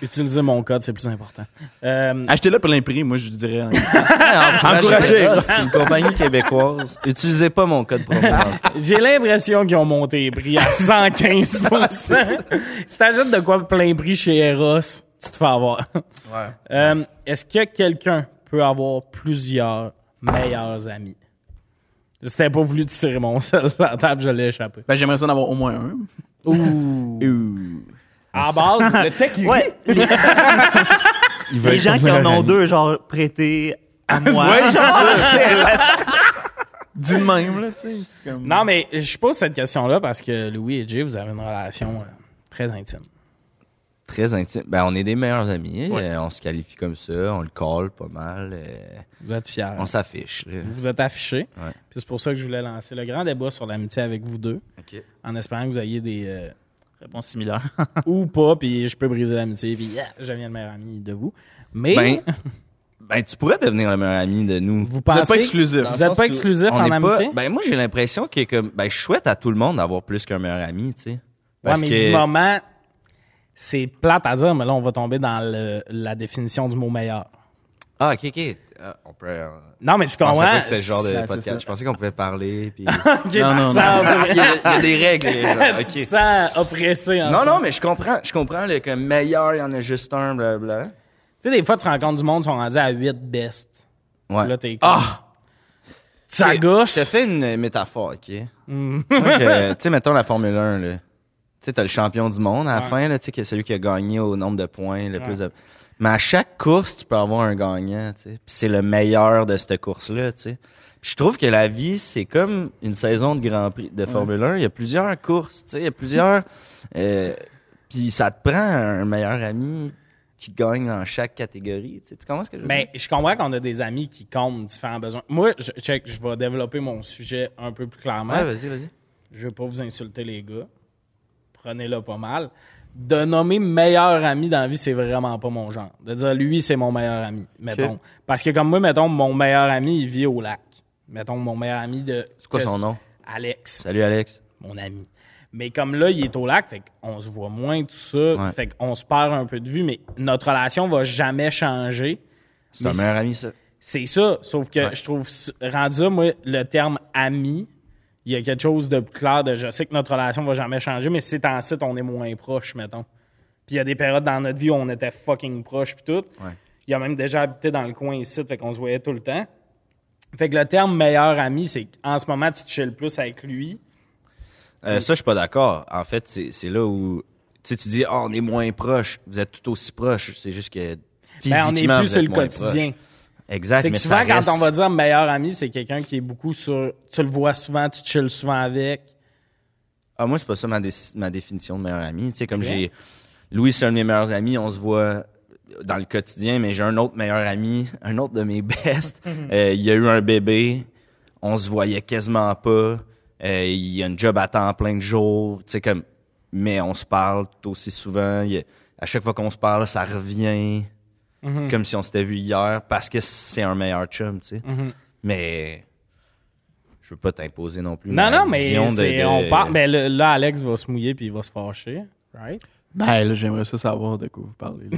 utilisez mon code, c'est plus important. Euh,
Achetez-le pour l'imprimer, moi je dirais.
Encouragez. C'est une compagnie québécoise. Utilisez pas mon code promo. dans le fond.
J'ai l'impression qu'ils ont monté les prix à 115 Si t'achètes de quoi plein prix chez Eros, tu te fais avoir. Euh, Est-ce que quelqu'un peut avoir plusieurs meilleurs amis? C'était pas voulu tirer mon sel sur la table, je l'ai échappé.
Ben, j'aimerais ça en avoir au moins un.
Ouh! À base, le tech, il-
Ouais. Les, les gens qui en ont deux, genre, prêtés à moi.
Dis de même, là, tu sais. c'est Comme...
Non, mais je pose cette question-là parce que Louis et Jay, vous avez une relation euh, très intime.
Très intime. Ben, on est des meilleurs amis. Euh, on se qualifie comme ça. On le colle pas mal. euh,
Vous êtes fiers.
on s'affiche. là.
Vous vous êtes affichés.
Ouais.
Puis c'est pour ça que je voulais lancer le grand débat sur l'amitié avec vous deux, en espérant que vous ayez des... euh,
Réponse similaire.
ou pas, puis je peux briser l'amitié, puis yeah, je deviens le meilleur ami de vous. Mais
Ben, ben, tu pourrais devenir le meilleur ami de nous.
vous
Vous
pensez...
êtes pas exclusif.
Vous êtes
sens où
pas exclusif
On
en
est pas-
amitié?
ben, moi, j'ai l'impression que comme, ben, je souhaite à tout le monde d'avoir plus qu'un meilleur ami, tu sais. Parce
ouais, mais
que-
du moment, c'est plate à dire, mais là, on va tomber dans le- la définition du mot meilleur.
Ah, ok, ok. Ah, on peut. euh,
Non, mais tu
Je pensais
comprends?
pas que c'était le genre de
Ben,
Ouais, c'est ça.
podcast. Je pensais qu'on pouvait parler. Puis... Ah,
Ok,
Non,
tu
non,
te
non.
sens
il, y a, il y a des règles. genre,
tu te
ok.
sens oppressé. en
Non,
ça.
non, mais je comprends. Je comprends le que meilleur, il y en a juste un, blablabla.
Tu sais, des fois, tu rencontres du monde, ils sont rendus à 8 best.
Ouais.
Là, t'es comme,
ah!
ça gauche.
Je te fais une euh, métaphore, OK? Moi, je- Tu sais, mettons la Formule 1, là. Tu sais, t'as le champion du monde à la fin, là, tu sais, que celui qui a gagné au nombre de points, le plus de... Mais à chaque course, tu peux avoir un gagnant, tu sais. Puis c'est le meilleur de cette course-là, tu sais. Puis je trouve que la vie, c'est comme une saison de Grand Prix de Formule 1. Il y a plusieurs courses, tu sais, il y a plusieurs... euh, puis ça te prend un meilleur ami qui gagne dans chaque catégorie, tu sais. Tu comprends ce que je veux
Mais
dire?
Ben, je comprends qu'on a des amis qui comblent différents besoins. Moi, je, check, je vais développer mon sujet un peu plus clairement.
Ouais, vas-y, vas-y.
je veux pas vous insulter les gars. Prenez-le pas mal. De nommer meilleur ami dans la vie, c'est vraiment pas mon genre. De dire lui, c'est mon meilleur ami, mettons.
Ok.
Parce que comme moi, mettons, mon meilleur ami, il vit au lac. Mettons, mon meilleur ami de.
C'est quoi
que-
son nom?
Alex,
Salut Alex.
mon ami. Mais comme là, il est au lac, fait qu'on se voit moins, tout ça.
Ouais.
Fait qu'on se perd un peu de vue, mais notre relation va jamais changer.
C'est ton
Mais
meilleur ami, ça.
C'est ça, sauf que
Ouais.
je trouve s- rendu là, moi le terme ami, il y a quelque chose de plus clair de je sais que notre relation va jamais changer mais c'est en site on est moins proche mettons. Puis il y a des périodes dans notre vie où on était fucking proche puis tout.
Ouais.
Il a même déjà habité dans le coin ici, fait qu'on se voyait tout le temps. Fait que le terme meilleur ami, c'est qu'en ce moment tu te chilles plus avec lui.
Euh, ça, je suis pas d'accord. En fait, c'est c'est là où tu sais, tu dis, Ah, on est moins proche. Vous êtes tout aussi proche. C'est juste
Ben,
que
on est
physiquement,
plus
vous
sur
êtes
le
moins
quotidien.
proche. Exact.
C'est que
mais
souvent
ça reste-
quand on va dire meilleur ami, c'est quelqu'un qui est beaucoup sur tu le vois souvent, tu te chilles souvent avec.
Ah, moi, c'est pas ça ma, dé- ma définition de meilleur ami. Tu sais, comme
Ok.
j'ai. Louis, c'est un de mes meilleurs amis. On se voit dans le quotidien, mais j'ai un autre meilleur ami, un autre de mes best.
Mhm.
Euh, il y a eu un bébé. On se voyait quasiment pas. Euh, il y a une job à temps plein de jours. Tu sais, comme. Mais on se parle tout aussi souvent. Il y a- À chaque fois qu'on se parle, ça revient.
Mhm.
Comme si on s'était vu hier parce que c'est un meilleur chum, tu sais.
Mhm.
Mais. Je veux pas t'imposer non plus.
Non,
ma
non, mais
vision de-
c'est-
de-
on part. Mais le- là, Alex va se mouiller puis il va se fâcher. Right?
Ben là, j'aimerais ça savoir de quoi vous parlez. là.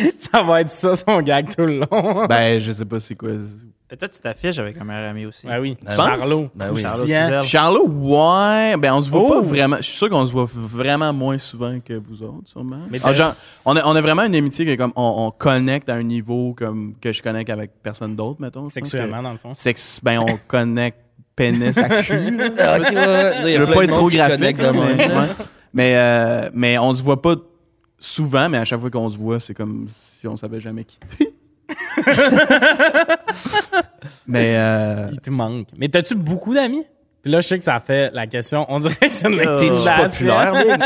Ça va être ça, son gag tout le long.
ben, je sais pas c'est quoi.
Et toi, tu t'affiches avec un meilleur ami aussi.
Ben oui.
Ben
Charlot.
oui. Ben oui.
Croustillant.
Charlot,
Charlot, ouais. Ben, on se voit
Oh!
pas vraiment. Je suis sûr qu'on se voit vraiment moins souvent que vous autres, sûrement.
Mais
Ah,
t'as-
genre, on a, on a vraiment une amitié que comme on, on connecte à un niveau comme que je connecte avec personne d'autre, mettons. je pense
Sexuellement,
que-
dans le fond.
Sex, ben, on connecte pénis à cul. là.
Ah, ok, ouais, ouais. Il y a
Je veux
plein
pas
de
être
monde
trop
qui
graphique,
connecte de
là,
même.
mais, ouais. mais, euh, mais on se voit pas souvent, mais à chaque fois qu'on se voit, c'est comme si on savait jamais quitter. mais euh,
Il te manque. Mais t'as-tu beaucoup d'amis? Puis là, je sais que ça fait la question. On dirait que c'est une
Euh,
activité
Bah,
c'est
populaire, Big.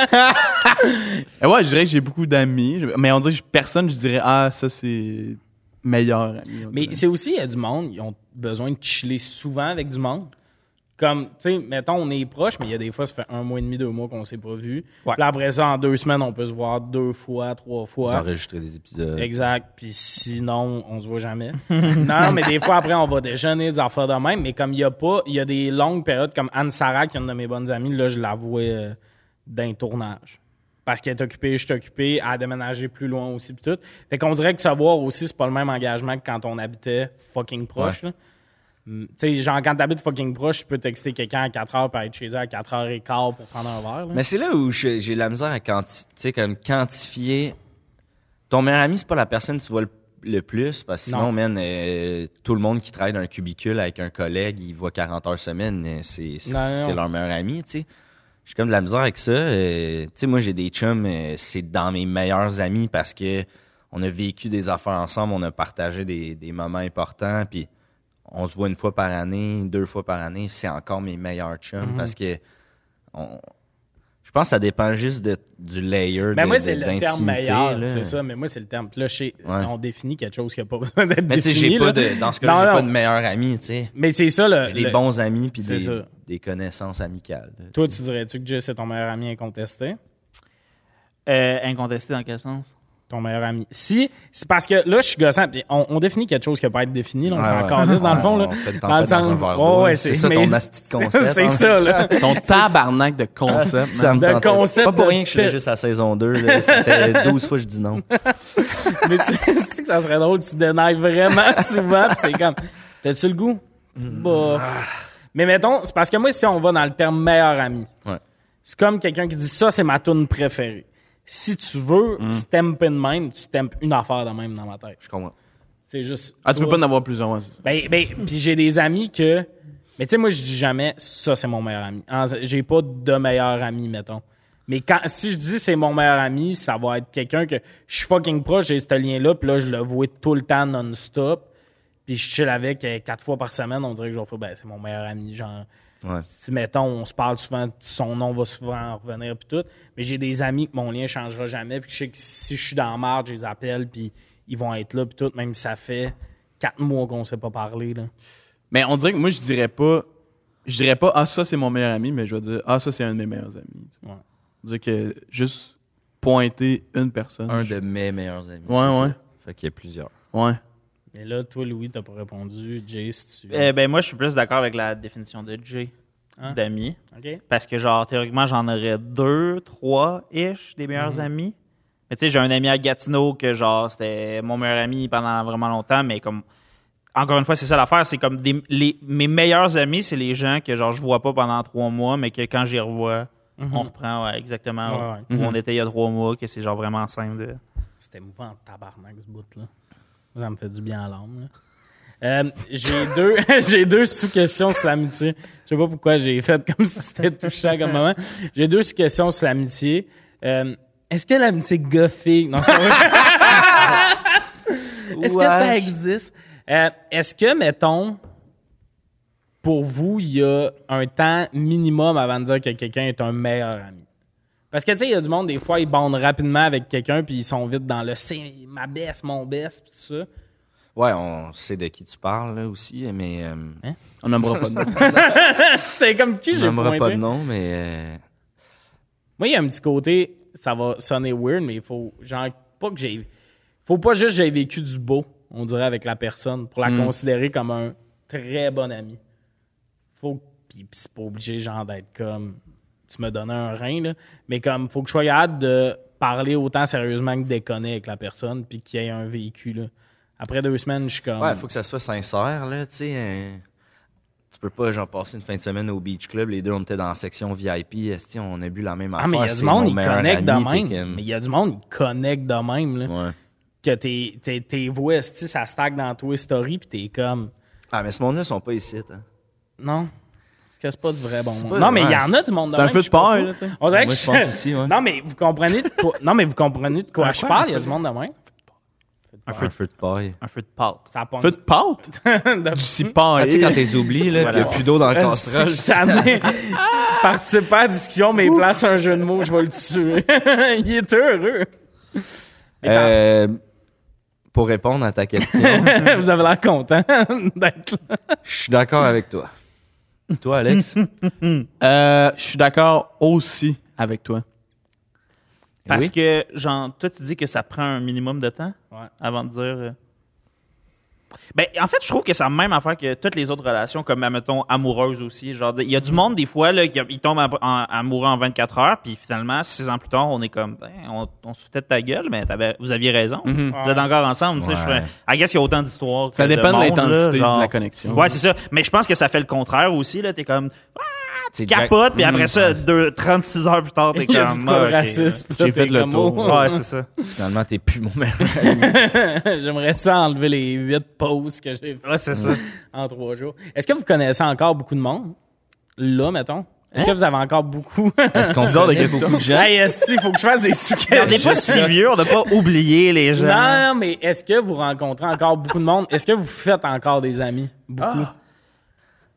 euh, ouais, je dirais que j'ai beaucoup d'amis, Je- mais on dirait que personne, je dirais ah ça c'est meilleur ami. on
Mais
dirait.
c'est aussi, il y a du monde, ils ont besoin de chiller souvent avec du monde. Comme, tu sais, mettons, on est proche, mais il y a des fois, ça fait un mois et demi, deux mois qu'on s'est pas vu.
Ouais.
Puis après ça, en deux semaines, on peut se voir deux fois, trois
Vous
fois.
enregistrez des épisodes.
Exact. Puis sinon, on se voit jamais. non, mais des fois, après, on va déjeuner, des affaires de même. Mais comme il y a pas, il y a des longues périodes, comme Anne-Sara, qui est une de mes bonnes amies, là, je la vois euh, d'un tournage. Parce qu'elle est occupée, je suis occupé, à déménager plus loin aussi, puis tout. Fait qu'on dirait que se voir aussi, c'est pas le même engagement que quand on habitait fucking proche. là. Hum, Tu sais, genre, quand t'habites fucking proche, tu peux texter quelqu'un à 4 h pour être chez eux à 4 h 15 pour prendre un verre. là.
Mais c'est là où je- j'ai de la misère à quanti- tu sais, comme quantifier. Ton meilleur ami, c'est pas la personne que tu vois le, le plus, parce que sinon,
Non.
man, euh, tout le monde qui travaille dans un cubicule avec un collègue, il voit 40 heures semaine, euh, c'est c'est
non.
leur meilleur ami, tu sais. J'ai comme de la misère avec ça. euh, tu sais, moi, j'ai des chums, euh, c'est dans mes meilleurs amis parce que on a vécu des affaires ensemble, on a partagé des, des moments importants, puis on se voit une fois par année, deux fois par année, c'est encore mes meilleurs chums
Mhm.
parce que on- je pense que ça dépend juste de- du layer
Mais
de-
Ben moi,
de-
c'est le terme
d'intimité,
meilleur,
là.
c'est ça. Mais moi, c'est le terme. Puis Là, chez-
Ouais.
on définit quelque chose qui n'a pas besoin d'être
Mais tu sais,
défini.
j'ai pas
là.
de, dans ce
Non,
cas-là, j'ai
non.
pas de meilleur ami, tu sais.
Mais c'est ça, le,
J'ai des
le-
bons amis puis
C'est
des,
ça.
des connaissances amicales. là,
Toi,
tu sais.
tu dirais-tu que Jess c'est ton meilleur ami incontesté?
euh, incontesté dans quel sens?
Ton meilleur ami. Si, c'est parce que là, je suis gossant. Puis on, on définit quelque chose qui n'a pas à être défini. Là, on
Ouais,
s'en
ouais.
calisse, dans le fond.
On
Là,
fait une
dans le
tempête dans un
sens.
verre
Ouais,
d'eau,
ouais,
là. C'est ça ton
mais-
nasty concept,
C'est Ah,
hein.
ça, là.
ton tabarnak de concept.
Ah, Ça me
Le
tentait pas.
concept
pas pour
de
rien que je suis
pe-
juste à saison 2. là. Ça fait 12 fois que je dis non.
mais c'est c'est que ça serait drôle, tu dénailles vraiment souvent, pis c'est comme, t'as-tu le goût? Bof.
Ah.
Mais mettons, c'est parce que moi, si on va dans le terme meilleur ami,
Ouais.
c'est comme quelqu'un qui dit ça, c'est ma tune préférée. Si tu veux,
Mm.
tu t'aimes pas de même, tu t'aimes une affaire de même dans ma tête.
Je comprends.
C'est juste.
Ah, tu peux
toi.
pas en avoir plusieurs. ouais, c'est ça.
Ben, ben, puis j'ai des amis que. Mais tu sais, moi, je dis jamais ça, c'est mon meilleur ami. En- J'ai pas de meilleur ami, mettons. Mais quand, si je dis c'est mon meilleur ami, ça va être quelqu'un que je suis fucking proche, j'ai ce lien-là, puis là, je le vois tout le temps non-stop. Puis je chill avec euh, quatre fois par semaine, on dirait que je vais faire, ben, c'est mon meilleur ami. Genre,
Ouais.
si, mettons, on se parle souvent, son nom va souvent en revenir, puis tout. Mais j'ai des amis que mon lien changera jamais, puis que je sais que si je suis dans la marge, je les appelle, puis ils vont être là, puis tout, même si ça fait quatre mois qu'on s'est pas parlé, là.
Mais on dirait que moi je dirais pas, je dirais pas ah ça c'est mon meilleur ami, mais je vais dire ah ça c'est un de mes meilleurs amis.
Ouais.
On dirait que juste pointer une personne.
Un de mes meilleurs amis.
Ouais,
c'est
ouais.
ça. Fait qu'il y a plusieurs.
Ouais.
Mais là, toi, Louis, t'as pas répondu. Jay, si tu.
Eh, Euh, ben moi, je suis plus d'accord avec la définition de Jay.
Ah.
d'amis.
OK?
Parce que, genre, théoriquement, j'en aurais deux, trois ish des
Mhm.
meilleurs amis. Mais tu sais, j'ai un ami à Gatineau que, genre, c'était mon meilleur ami pendant vraiment longtemps, mais comme. Encore une fois, c'est ça l'affaire, c'est comme des, les, mes meilleurs amis, c'est les gens que genre je vois pas pendant trois mois, mais que quand j'y revois, on reprend ouais, exactement
Mhm. Ouais,
où-
ouais. Mhm.
où, on était il y a trois mois, que c'est genre vraiment simple. De...
C'était mouvant en tabarnak, ce bout-là. Ça me fait du bien à l'âme. là. Euh, j'ai deux, j'ai deux sous-questions sur l'amitié. Je sais pas pourquoi j'ai fait comme si c'était touchant comme moment. J'ai deux sous-questions sur l'amitié. Euh, est-ce que l'amitié goffée... Non, c'est pas vrai. Est-ce que ça
Wesh.
existe? Euh, Est-ce que, mettons, pour vous, il y a un temps minimum avant de dire que quelqu'un est un meilleur ami? Parce que, tu sais, il y a du monde, des fois, ils bondent rapidement avec quelqu'un, puis ils sont vite dans le c'est ma baisse, mon baisse, puis tout ça.
Ouais, on sait de qui tu parles là, aussi, mais. euh,
On nommera pas de nom.
C'est comme qui
je
j'ai
nommerai
pointé.
pas de nom, mais. euh,
Moi, il y a un petit côté, ça va sonner weird, mais il faut, genre, pas que j'ai. Faut pas juste que j'ai vécu du beau, on dirait, avec la personne, pour la
Hmm.
considérer comme un très bon ami. Faut. Puis puis c'est pas obligé, genre, d'être comme. Tu me donnais un rein, là. Mais comme, faut que je sois capable de parler autant sérieusement que déconner avec la personne, puis qu'il y ait un vécu, là. Après deux semaines, je suis comme.
Ouais, faut que ça soit sincère, là, tu sais. euh, Tu peux pas, genre, passer une fin de semaine au Beach Club. Les deux, on était dans la section VIP. esti, on a bu la même
Ah,
affaire.
mais il y a du
c'est
monde,
mon
ils
meilleur
connectent de
ami,
même.
t'es comme-
Mais il y a du monde, ils connectent de même, là.
Ouais.
que tes, tes, tes voix, esti, ça stack dans Toy Story, puis t'es comme,
Ah, mais ce monde-là, ils sont pas ici, hein.
non, parce que c'est pas du vrai bon monde.
pas-
Non, mais il y
ouais,
en a du monde de
c'est un
même, je
feu de
suis pas
paille,
fou.
là, tu sais.
On dirait
Moi,
que
je pense aussi, ouais.
Non, mais vous comprenez de quoi, non, mais vous comprenez de quoi je parle, il y a du monde de même.
Un feu, de paille.
Un feu de pâte.
Ça pogne.
Feu de pâte?
de...
Du
Ah, tu sais, quand
cipan.
t'es oublié, là, pis y a plus d'eau dans le
Esti que
casserole.
je t'amène. Participe pas à la discussion, mais il place un jeu de mots, je vais le tuer. il est heureux. Mais t'as-
Euh, pour répondre à ta question,
vous avez l'air content d'être là.
je suis d'accord avec toi. Toi, Alex?
Euh, Je suis d'accord aussi avec toi.
Parce
Oui.
que, genre, toi, tu dis que ça prend un minimum de temps
Ouais.
avant de dire. euh, Ben, en fait, je trouve que c'est la même affaire que toutes les autres relations, comme, mettons, amoureuses aussi. Genre, il
Mm-hmm.
y a du monde, des fois, là, qui ils tombent en- en- amoureux en 24 heures, puis finalement, six ans plus tard, on est comme, ben, on, on se foutait de ta gueule, mais t'avais- vous aviez raison. Vous êtes encore ensemble, tu sais. je
Ouais.
fais- I guess qu'il y a autant d'histoires. que
Mm-hmm. Ça dépend de
monde, là,
l'intensité
genre.
de la connexion.
Ouais, c'est ça. Mais je pense que ça fait le contraire aussi, là. T'es comme,
C'est Jack-
capote, puis
Mm,
Mm-hmm.
après ça, deux- 36 heures plus tard, t'es
Il y a
comme,
du quoi
ah,
de
ok,
raciste. puis là,
J'ai fait
t'es
le
comme,
tour.
oh.
Ouais, c'est ça.
Finalement, t'es plus mon meilleur.
J'aimerais ça enlever les huit pauses que j'ai
Ouais, c'est ça.
en trois jours. Est-ce que vous connaissez encore beaucoup de monde? Là, mettons. Est-ce
Hein?
que vous avez encore beaucoup?
Est-ce qu'on
Bizarre de
connaît
question.
beaucoup de gens?
hey, esti, faut que je fasse des suggestions.
On n'est Ah, pas si vieux, on n'a pas oublié les gens.
Non, mais est-ce que vous rencontrez encore beaucoup de monde? Est-ce que vous faites encore des amis? Beaucoup.
Ah.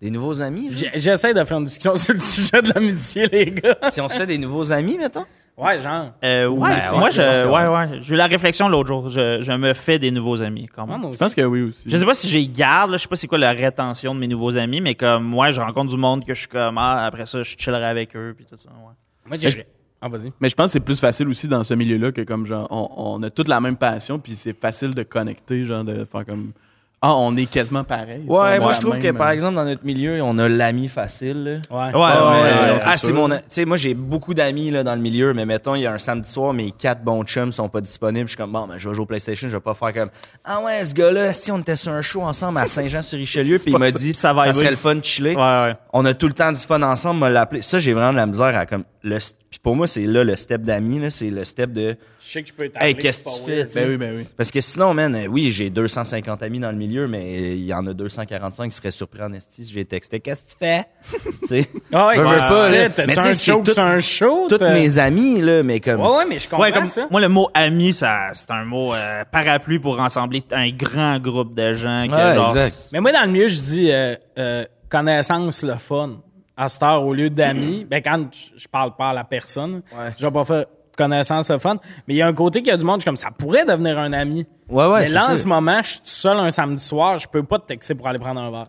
Des nouveaux amis? genre?
J'ai- J'essaie de faire une discussion sur le sujet de l'amitié, les gars.
si on se fait des nouveaux amis, mettons?
Ouais, genre.
Euh, ouais,
Ben,
c'est-
ouais,
moi,
je pense
je,
que
ouais, ouais, j'ai eu la réflexion l'autre jour. Je, je me fais des nouveaux amis quand
Ouais,
même.
moi
Je
aussi.
pense que oui aussi.
Je sais pas si j'ai garde, là, je sais pas c'est quoi la rétention de mes nouveaux amis, mais comme moi, je rencontre du monde que je suis comme, ah, après ça, je chillerai avec eux, puis tout ça. ouais.
Moi, j'ai- Ah, vas-y.
Mais je pense que c'est plus facile aussi dans ce milieu-là que comme genre on, on a toute la même passion puis c'est facile de connecter genre de faire comme ah on est quasiment pareil. tu sais, on a
Ouais, hein. moi,
la
je trouve que,
même,
par
euh,
exemple, dans notre milieu, on a l'ami facile, là.
Ouais.
Ah,
Ouais, ouais,
ouais,
ouais,
ouais,
ouais,
ah,
c'est
c'est mon. Tu sais, moi, j'ai beaucoup d'amis là, dans le milieu, mais mettons, il y a un samedi soir, mes quatre bons chums sont pas disponibles. Je suis comme, bon, ben, je vais jouer au PlayStation, je vais pas faire comme, ah ouais, ce gars-là, si on était sur un show ensemble à Saint-Jean-sur-Richelieu, puis il
pas
m'a
ça.
dit,
Ça
ça,
va arriver.
serait le fun de chiller.
Ouais, ouais.
On a tout le temps du fun ensemble, m'a l'appelé. Ça, j'ai vraiment de la misère à comme. Le, puis pour moi, c'est là le step d'amis, là, c'est le step de,
Je sais que je peux t'appeler.
hey, qu'est-ce
c'est
que
pas
tu
weird.
fais, tu sais?
Ben oui, ben oui.
Parce que sinon, man, euh, oui, j'ai 250 amis dans le milieu, mais euh, il y en a 245 qui seraient surpris en esti si j'ai texté. Qu'est-ce que tu fais? tu sais?
Ah, ouais,
Veux, veux
qu'est-ce que
pas,
tu
là.
fais?
Mais
T'as-tu un
tu sais, c'est
show?
tout-
T'as un show?
Tous
T'as-
mes amis, là, mais comme.
Ouais, ouais, mais je comprends
Ouais, comme,
ça.
moi, le mot ami, ça, c'est un mot euh, parapluie pour ensembler un grand groupe de gens. Que,
Ouais,
genre,
exact.
Mais moi, dans le mieux, je dis euh, euh, connaissance, le fun. À cette heure, au lieu d'amis, ben, quand je- je parle pas à la personne,
Ouais.
je vais pas faire connaissance, le fun. Mais il y a un côté qu'il y a du monde, je suis comme ça pourrait devenir un ami.
Ouais, ouais,
Mais
c'est
là, en
ça.
ce moment, je suis tout seul un samedi soir, je peux pas te texter pour aller prendre un verre.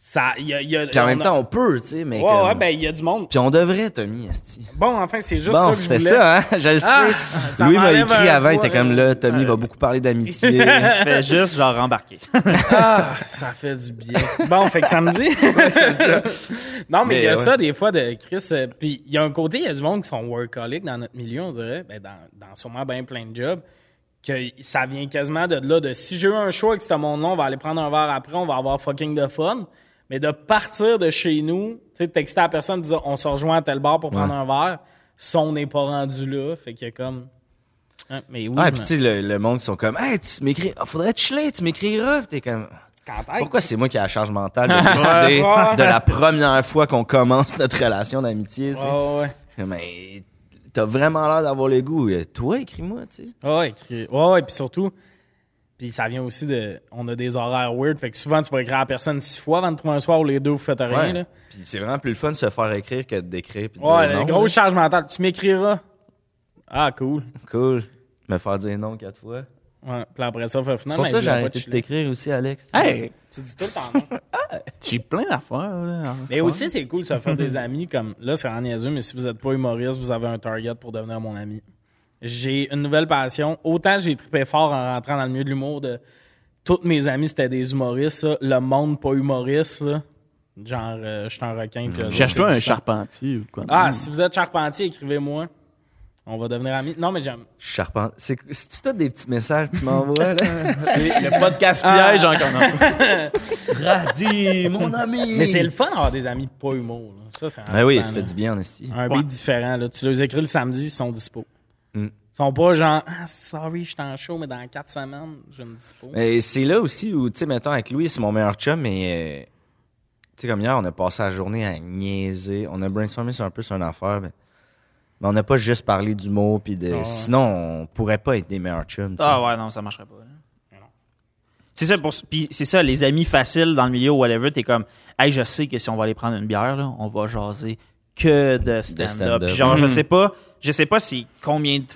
Ça, il y a- il y a-
Puis en même
on a-
temps, on peut, tu sais, mais.
ouais,
comme-
ouais, ben, il y a du monde.
Puis on devrait, Tommy, esti.
Bon, enfin, c'est juste ça
Bon,
que je voulais.
c'était ça, hein? Je le
Ah,
sais.
ça
Louis m'a
m'enlève
écrit
un
avant, il était
poids,
comme
euh,
là, Tommy va beaucoup parler d'amitié.
Fais juste genre embarquer.
Ah, ça fait du bien. Bon, fait que samedi. non, mais,
Mais
il y a
ouais.
ça des fois de Chris. euh, Puis il y a un côté, il y a du monde qui sont workaholics dans notre milieu, on dirait, ben, dans, dans sûrement bien plein de jobs, que ça vient quasiment de là, de si j'ai eu un choix avec ce monde-là, on va aller prendre un verre après, on va avoir fucking de fun. Mais de partir de chez nous, tu sais, texter à la personne, dire on se rejoint à tel bar pour prendre un verre, ça, on n'est pas rendu là. Fait qu'il y a comme. Hein, mais oui,
Ah,
mais
puis tu sais, le, le monde, ils sont comme, hey, tu m'écris, ah, faudrait te chiller, tu m'écriras. Puis t'es comme,
quand est-ce?
pourquoi c'est moi qui ai la charge mentale de décider
Ouais.
de la première fois qu'on commence notre relation d'amitié, tu sais?
Ouais, ouais.
Mais t'as vraiment l'air d'avoir le goût. Euh, Toi, écris-moi, tu sais.
Ah Ouais, écrit- ouais, ouais, puis surtout, puis ça vient aussi de, on a des horaires weird, fait que souvent tu vas écrire à la personne six fois avant de trouver un soir où les deux vous faites rien.
Ouais.
là.
Puis c'est vraiment plus le fun de se faire écrire que de d'écrire. Puis de
Ouais,
dire
la
non,
grosse charge mentale. Tu m'écriras. Ah, cool.
là. Cool. Me faire dire non quatre fois.
Ouais, puis après ça, fait
C'est
finalement.
pour ça
il
que
voulait
j'ai
pas
arrêté
te
de
chiller.
t'écrire aussi, Alex.
Hey,
Tu dis tout le temps. non.
j'ai plein d'affaires, là.
mais aussi, c'est cool de se faire des amis comme, là, c'est en niaiseux, mais si vous n'êtes pas humoriste, vous avez un target pour devenir mon ami. J'ai une nouvelle passion. Autant j'ai trippé fort en rentrant dans le milieu de l'humour de toutes mes amis, c'était des humoristes, ça. le monde pas humoriste, là. Genre, euh, je suis un requin.
Mm.
puis eux autres,
Cherche-toi
c'est
un
du sang.
charpentier ou quoi.
Ah, si vous êtes charpentier, écrivez-moi. On va devenir amis. Non, mais j'aime.
Charpente. C'est tu t'as des petits messages que tu m'envoies, là.
le podcast
Ah.
piège
piège encore.
Radis, mon ami.
Mais c'est le fun d'avoir des amis pas humour. là. Ça, c'est
Mm. Ben oui,
important,
ça fait
là.
du bien, Esti.
Un
Ouais.
beat différent. Là. Tu les écris le samedi, ils sont dispo.
Mm.
Ils sont pas genre, ah, sorry, je suis en show, mais dans quatre semaines, je me dispo.
Mais c'est là aussi où, tu sais, mettons, avec Louis, c'est mon meilleur chum, mais. euh, tu sais, comme hier, on a passé la journée à niaiser. On a brainstormé sur un peu sur une affaire, mais. mais on n'a pas juste parlé du mot, puis de.
Ah ouais.
Sinon, on pourrait pas être des meilleurs chums. tu sais.
Ah ouais, non, ça marcherait pas. là. C'est ça, pour, puis c'est ça, les amis faciles dans le milieu ou whatever, t'es comme, hey, je sais que si on va aller prendre une bière, là, on va jaser que de stand-up.
stand-up.
Puis genre, je
Mhm.
sais pas, je sais pas si combien de-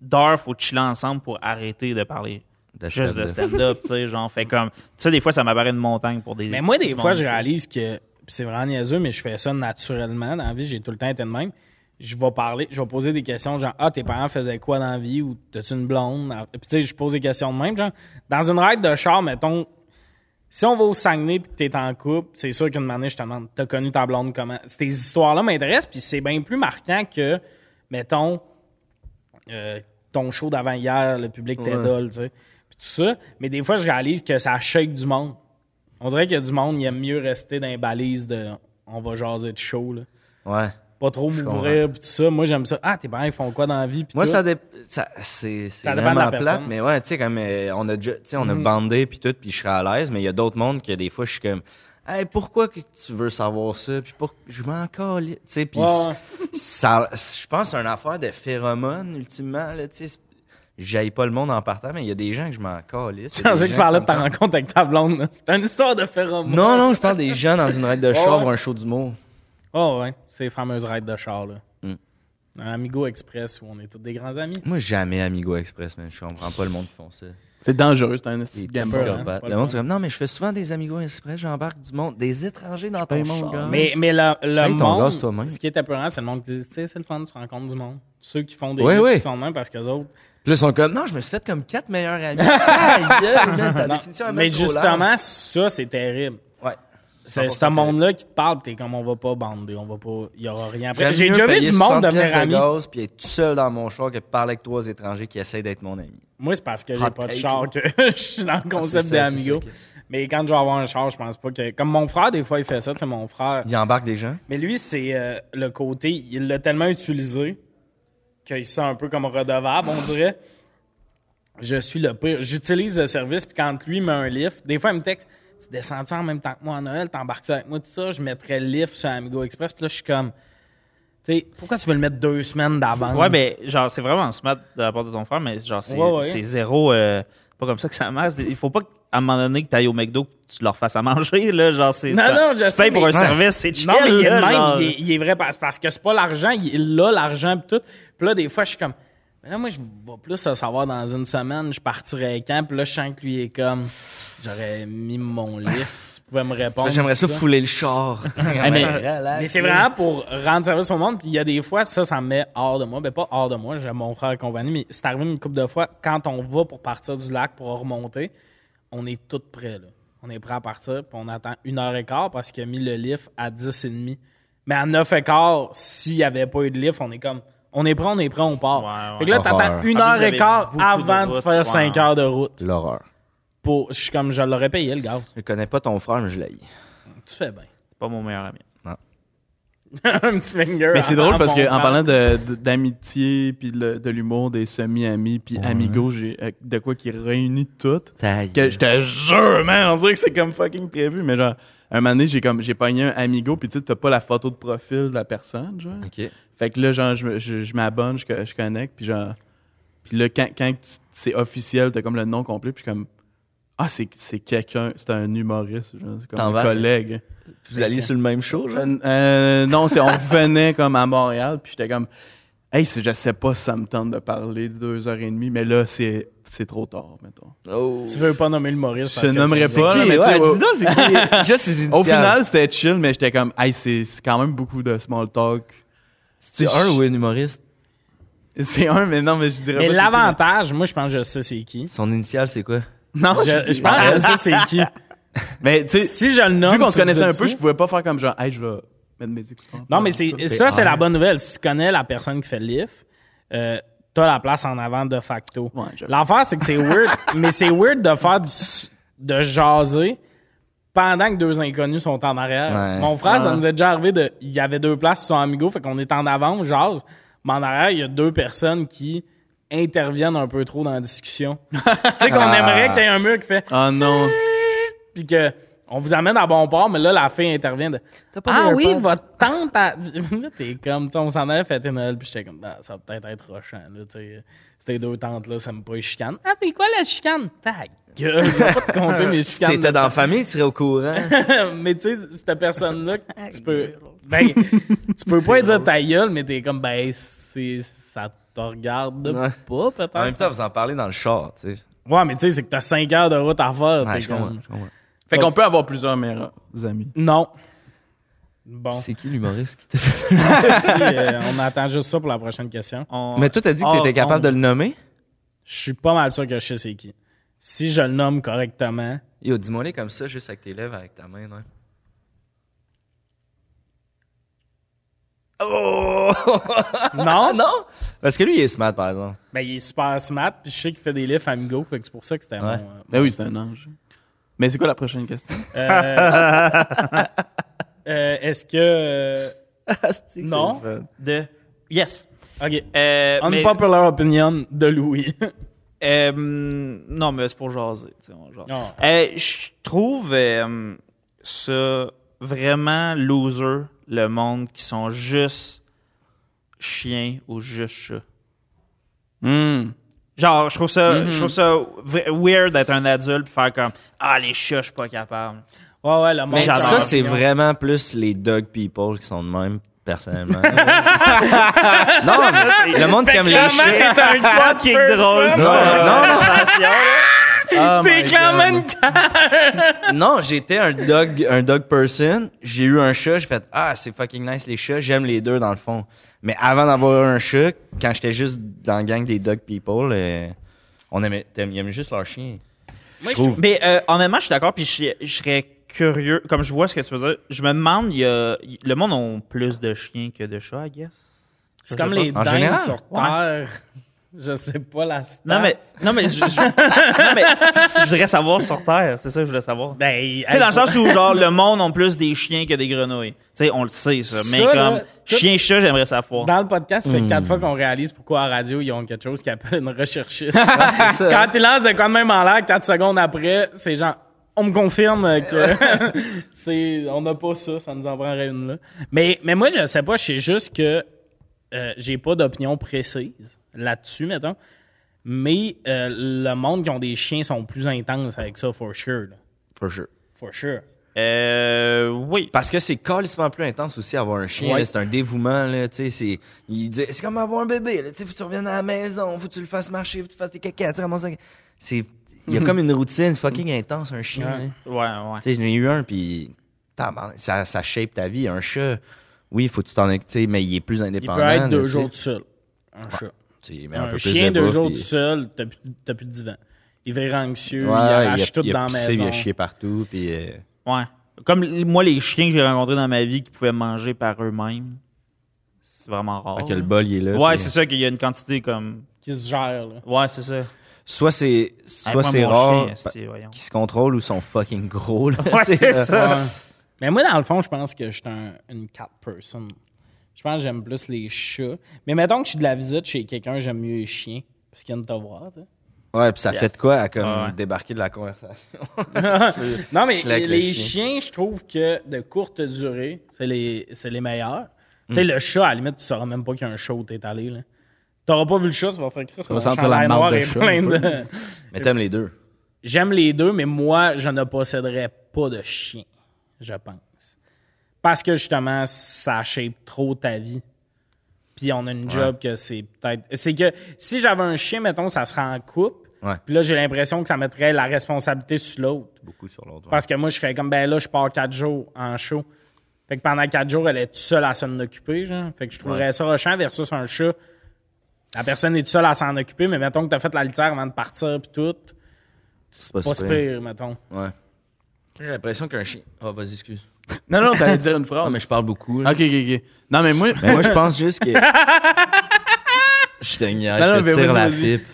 d'heures faut chiller ensemble pour arrêter de parler
De
juste de
stand-up.
stand-up, tu sais, genre, fait comme, ça, des fois, ça m'apparaît une montagne pour des.
Mais moi,
du
des fois,
monde.
je réalise que, pis c'est vraiment niaiseux, mais je fais ça naturellement dans la vie. J'ai tout le temps été de même. Je vais parler, je vais poser des questions genre, ah, tes parents faisaient quoi dans la vie ou t'as-tu une blonde? Ah, Puis tu sais, je pose des questions de même. Genre, dans une ride de char, mettons, si on va au Saguenay puis que t'es en couple, c'est sûr qu'une manière, je te demande, t'as connu ta blonde comment? Ces histoires-là m'intéressent puis c'est bien plus marquant que, mettons, euh, ton show d'avant hier, le public t'édole, tu sais. Puis tout ça. Mais des fois, je réalise que ça shake du monde. On dirait qu'il y a du monde, il aime mieux rester dans les balises de on va jaser de show, là.
Ouais.
Pas trop m'ouvrir, puis tout ça. Moi, j'aime ça. Ah, tes parents, ils font quoi dans la vie? Puis
Moi,
tout.
ça, dé- ça c'est c'est
dépend de la
vraiment plate,
personne. Mm-hmm.
mais ouais, tu sais, comme euh, on a, déjà- tu sais, on a bandé puis tout, puis je serais à l'aise, mais il y a d'autres mondes que des fois, je suis comme, hey, pourquoi que tu veux savoir ça, puis pour... je m'en colle, tu sais, puis
Ouais,
c-
ouais.
ça, je pense, que c'est une affaire de phéromones ultimement, là, tu sais, c'est- j'haïs pas le monde en partant, mais il y a des gens que je m'en colle.
Je pensais que tu parlais de ta rencontre avec ta blonde, là. C'est une histoire de phéromones.
Non, non, je parle des gens dans une raide de char
ouais.
ou un show d'humour.
Oh, ouais. Ces fameuses raids de char, là.
Mm.
Un Amigo Express où on est tous des grands amis.
Moi, jamais Amigo Express, man. Je comprends pas le monde qui font ça.
C'est dangereux, c'est un esti
Les
de
petits
gamblers,
gamble.
hein, c'est
psychopathes.
pas
Le
le
monde,
fun.
c'est comme, non, mais je fais souvent des amigos express, j'embarque du monde, des étrangers dans ton
paye mon
char.
gaz.
Mais, mais le, le
Hey, ton
monde,
gaz toi-même.
ce qui est apeurant, c'est le monde qui dit, tu sais, c'est le fun, tu rencontres du monde. Ceux qui font des
Oui,
livres
oui.
qui sont de même parce qu'eux autres.
Puis là, ils sont comme, non, je me suis fait comme quatre meilleurs amis. Ah, gueule, man, ta
Non,
définition est même
mais
trop large.
justement, ça, c'est terrible.
Ouais.
C'est ce
100%
monde-là qui te parle, pis t'es comme on va pas bander, on va pas, il y aura rien.
J'aime
Après, j'ai
mieux
déjà vu
payer
du monde
60
devenir
piastres
ami.
gaz, puis être tout seul dans mon char que parler avec trois étrangers qui essayent d'être mon ami.
Moi, c'est parce que j'ai
Hot
pas de
take,
char
là. Ah,
que je suis dans le concept
c'est ça,
d'amigo.
c'est ça, ok.
Mais quand je vais avoir un char, je pense pas que. Comme mon frère, des fois, il fait ça, c'est mon frère.
Ils embarquent des gens.
Mais lui, c'est euh, le côté, il l'a tellement utilisé qu'il se sent un peu comme redevable, on dirait. Je suis le pire. J'utilise le service, puis quand lui met un lift, des fois, il me texte Tu descends en même temps que moi à Noël, t'embarques avec moi, tout ça, je mettrais le lift sur Amigo Express, puis là, je suis comme. Tu sais, pourquoi tu veux le mettre deux semaines d'avance?
Ouais, mais genre, c'est vraiment smart de la part de ton frère, mais genre, c'est
Ouais, ouais.
c'est zéro. euh, pas comme ça que ça marche. Il faut pas qu'à un moment donné que tu ailles au McDo que tu leur fasses à manger, là. Genre, c'est.
Non, non, je
Tu
sais,
payes pour
mais-
un service, c'est chill.
Non, mais il est,
là,
même,
genre.
il, est, il est vrai parce, parce que c'est pas l'argent, il a l'argent pis tout. Puis là, des fois, je suis comme, mais là, moi, je vais plus le savoir dans une semaine, je partirai quand, puis là, je sens que lui il est comme, J'aurais mis mon livre si tu pouvais me répondre.
J'aimerais ça
tout
fouler le char.
Ah, mais mais c'est vraiment pour rendre service au monde. Puis il y a des fois, ça, ça me met hors de moi. Ben, pas hors de moi, j'ai mon frère et compagnie, mais c'est arrivé une couple de fois, quand on va pour partir du lac pour remonter, on est tout prêt. Là. On est prêt à partir, puis on attend une heure et quart parce qu'il a mis le lift à 10 et demi. Mais à 9 et quart, s'il n'y avait pas eu de lift, on est comme, on est prêt, on est prêt, on part.
Ouais, ouais.
Fait que là, t'attends
Horreur.
une
En plus,
heure
vous
et
avez
quart
beaucoup de
avant de,
route,
faire
ouais.
5 heures de route.
L'horreur.
Pour, je suis comme, je l'aurais payé, le gars.
Je connais pas ton frère, mais je l'ai.
Tu fais bien.
Pas mon meilleur ami.
Un petit finger.
Mais c'est
en-
drôle parce que en
fond.
parlant de- de- d'amitié, puis le- de l'humour, des semi-amis, puis amigos, j'ai euh, de quoi qui réunit tout.
Taille.
Que je te jure, man, on dirait que c'est comme fucking prévu. Mais genre, un moment donné, j'ai comme j'ai pogné un amigo, puis tu sais, t'as pas la photo de profil de la personne, genre.
OK.
Fait que là, genre, je, me- je, je m'abonne, je, co- je connecte, puis genre. Puis là, quand, quand tu- c'est officiel, t'as comme le nom complet, puis je suis comme. Ah, c'est c'est quelqu'un, c'est un humoriste, genre, c'est comme
T'en
un
vas-
collègue.
Vous alliez sur le même show, genre?
Euh, euh, non, c'est on revenait comme à Montréal, puis j'étais comme, hey, c'est- je sais pas si ça me tente de parler deux heures et demie, mais là, c'est c'est trop tard, mettons.
Oh.
Tu veux pas nommer le Maurice.
Je
parce que
nommerai
c'est-
pas, là, mais tu sais, au-
donc, c'est qui? Juste ses
au final, c'était chill, mais j'étais comme, hey, c'est c'est quand même beaucoup de small talk.
c'est
un
un
ou
ou une humoriste?
C'est un, mais non, mais je
Mais
dirais pas. c'est qui,
l'avantage, moi, je pense que je sais c'est qui.
Son initiale, c'est quoi?
mais- Non,
Je,
dis-
je pense que je sais c'est qui.
Mais tu sais,
Si je le nomme.
vu qu'on
tu
se
le
connaissait un peu, je
dis-tu?
pouvais pas faire comme genre, hey, je vais mettre mes
Hein,
écouteurs.
Non, mais c'est, ça, c'est la bonne nouvelle. Si tu connais la personne qui fait le lift, euh, t'as la place en avant de facto.
Ouais, j'avoue.
L'affaire, c'est que c'est weird, mais c'est weird de faire du, de jaser pendant que deux inconnus sont en arrière.
Ouais. Ah.
Mon frère, ça nous est déjà arrivé de, il y avait deux places sur Amigo, fait qu'on est en avant, on jase, mais en arrière, il y a deux personnes qui interviennent un peu trop dans la discussion. tu sais qu'on
Ah.
aimerait qu'il y ait un mur qui fait,
Oh non.
puis que on vous amène à bon port, mais là, la fille intervient de
T'as pas
Ah
des
oui,
AirPods?
votre tante a... Là, t'es comme, tu sais, on s'en allait fêter Noël, puis j'étais comme, Ah, ça va peut-être être rochant, là, tu sais. Ces deux tantes-là, ça me pas les chicanes. Ah, c'est quoi la chicane? Ta gueule, je vais pas te compter mes
Si
chicanes.
t'étais dans la famille, tu serais au courant.
mais tu sais, cette personne-là, tu peux... Ben, tu peux pas lui dire ta gueule, mais t'es comme, ben, c'est... ça te regarde
Ouais.
pas, peut-être.
En même temps, vous en parlez dans le char, tu sais.
Ouais, mais tu sais, c'est que t'as 5 heures de route à faire.
Ouais,
t'es
je
comme,
comprends, je comprends.
Fait qu'on peut avoir plusieurs meilleurs amis.
Non. Bon.
C'est qui l'humoriste qui t'a fait?
Euh, on attend juste ça pour la prochaine question.
On-
Mais toi, t'as dit que
Ah,
t'étais capable de
on-
le nommer?
Je suis pas mal sûr que je sais c'est qui. Si je le nomme correctement,
Yo, dis-moi les comme ça, juste avec tes lèvres, avec ta main, ouais. Oh!
non, non.
non! Parce que lui, il est smart, par exemple.
Ben, il est super smart, puis je sais qu'il fait des livres Amigo, fait que c'est pour ça que c'était
Ouais.
mon. euh,
Ben oui, c'est un ange. Mais c'est quoi la prochaine question?
euh, euh, Est-ce que. euh, non.
de- Yes.
Ok.
Euh, mais,
Unpopular opinion de Louis.
euh, non, mais c'est pour jaser. tu sais, on jase.
Non.
Euh, je trouve euh, ça vraiment loser, le monde qui sont juste chiens ou juste chats.
Hmm.
Genre, je trouve ça, je trouve ça v- weird d'être un adulte et faire comme Ah, les chats, je suis pas capable.
ouais, ouais, le monde.
Mais
J'adore.
ça, c'est
Opinion.
vraiment plus les dog people qui sont de même, personnellement. non, le monde qui aime les
Clairement,
chiens.
t'es un quad
Fucking
person.
drôle.
Non,
Oh
T'es
my
clairement
God.
une carte.
non, non, j'étais un dog, un dog person. J'ai eu un chat, j'ai fait ah c'est fucking nice les chats, j'aime les deux dans le fond. Mais avant d'avoir un chat, quand j'étais juste dans la gang des dog people, euh, on aimait, t'aimes- ils aimaient juste leur chien.
Moi, je
je trouve.
Mais euh, honnêtement, je suis d'accord, puis je, je serais curieux. Comme je vois ce que tu veux dire, je me demande, il y a, il- le monde a plus de chiens que de chats, I guess.
C'est comme les
En
dindes
général,
sur
ouais.
Terre. Je sais pas la stat.
Non, mais, non, mais, je, je- non, mais je voudrais savoir sur Terre. C'est ça que je voulais savoir.
Ben,
Tu sais, dans le sens où, genre, le monde a plus des chiens que des grenouilles. Tu sais, on le sait, ça. Mais
Ça, là,
comme,
tout-
chien-chat, j'aimerais savoir.
Dans le podcast, ça fait quatre
Hmm.
fois qu'on réalise pourquoi à radio, ils ont quelque chose qui appelle une recherchiste.
C'est ça.
quand ils lancent de quoi de même en l'air, quatre secondes après, c'est genre, on me confirme euh, que c'est, on n'a pas ça, ça nous en prendrait une là. Mais, mais moi, je sais pas, je sais juste que euh, j'ai pas d'opinion précise là-dessus, mettons. Mais euh, le monde qui ont des chiens sont plus intenses avec ça, for sure. là.
For sure.
For sure.
Euh, oui.
Parce que c'est calissement plus intense aussi avoir un chien.
Ouais.
là, C'est un dévouement. Là, tu sais, c'est, il dit, c'est comme avoir un bébé. Là, tu sais, faut que tu reviennes à la maison, faut que tu le fasses marcher, faut que tu fasses des caca, tu ramasses un- C'est, Il y a comme une routine fucking intense, un chien. hein. là.
Ouais, ouais.
Tu sais, j'en ai eu un, puis tabarnak, ça, ça shape ta vie. Un chat, oui, il faut que tu t'en occupes, tu sais, mais il est plus
Il
indépendant.
peut être deux
là, tu sais.
jours tout seul. Un chat.
Tu sais, il met un
Un,
peu plus
chien
de
deux
bouffe,
jours
puis-
tout seul, t'as plus, t'as plus de divan. Il vire anxieux, il
Ouais,
arrache tout
il
dans la
a pissé, il
maison.
a chié partout, puis... euh,
Ouais. Comme l- moi, les chiens que j'ai rencontrés dans ma vie qui pouvaient manger par eux-mêmes, c'est vraiment rare.
fait que le
là.
bol, il est là.
ouais,
puis- euh,
c'est ça qu'il y a une quantité comme.
Qui se gère, là.
Ouais, c'est ça.
Soit c'est
Hey,
soit
moi,
c'est
mon
rare, ben,
chien, esti, voyons.
qui se contrôlent ou sont fucking gros. Là, euh,
Ouais, c'est ça.
Ouais. Mais moi, dans le fond, je pense que je suis un- une cat person. Je pense que j'aime plus les chats. Mais mettons que je suis de la visite chez quelqu'un, j'aime mieux les chiens. Parce qu'ils viennent te voir, tu sais.
Ouais, puis ça fait de quoi à comme
Ouais.
débarquer de la conversation.
non, mais
Je like
les,
le chien.
chiens, je trouve que de courte durée, c'est les, c'est les meilleurs. Tu sais,
Hmm.
le chat, à la limite, tu sauras même pas qu'il y a un chat où t'es allé. là. T'auras pas vu le chat, tu vas faire Chris,
va
mon
sentir la
chandail
marde
noir
de
est
chat,
plein
un peu.
de-
Mais t'aimes les deux.
J'aime les deux, mais moi, je ne posséderais pas de chien, je pense. Parce que justement, ça shape trop ta vie. Puis on a une job que c'est peut-être. C'est que si j'avais un chien, mettons, ça serait en couple.
Ouais.
Puis là, j'ai l'impression que ça mettrait la responsabilité sur l'autre.
Beaucoup sur l'autre.
Parce que moi, je serais comme, ben là, je pars quatre jours en show. Fait que pendant quatre jours, elle est toute seule à s'en occuper, genre. Fait que je trouverais ça rushant versus un chat. La personne est toute seule à s'en occuper, mais mettons que t'as fait la litière avant de partir, puis tout.
c'est pas,
Pas
si
si
pire.
pire, mettons.
Ouais. J'ai l'impression qu'un chien. Oh, vas-y, excuse.
Non, non, t'allais dire une
Ah,
phrase.
mais je parle beaucoup. là.
Ok, ok, ok. Non, mais moi.
Mais moi, je pense juste que. je te niaise,
Non, non,
je
mais
te tire
vas-y,
la
vas-y.
pipe.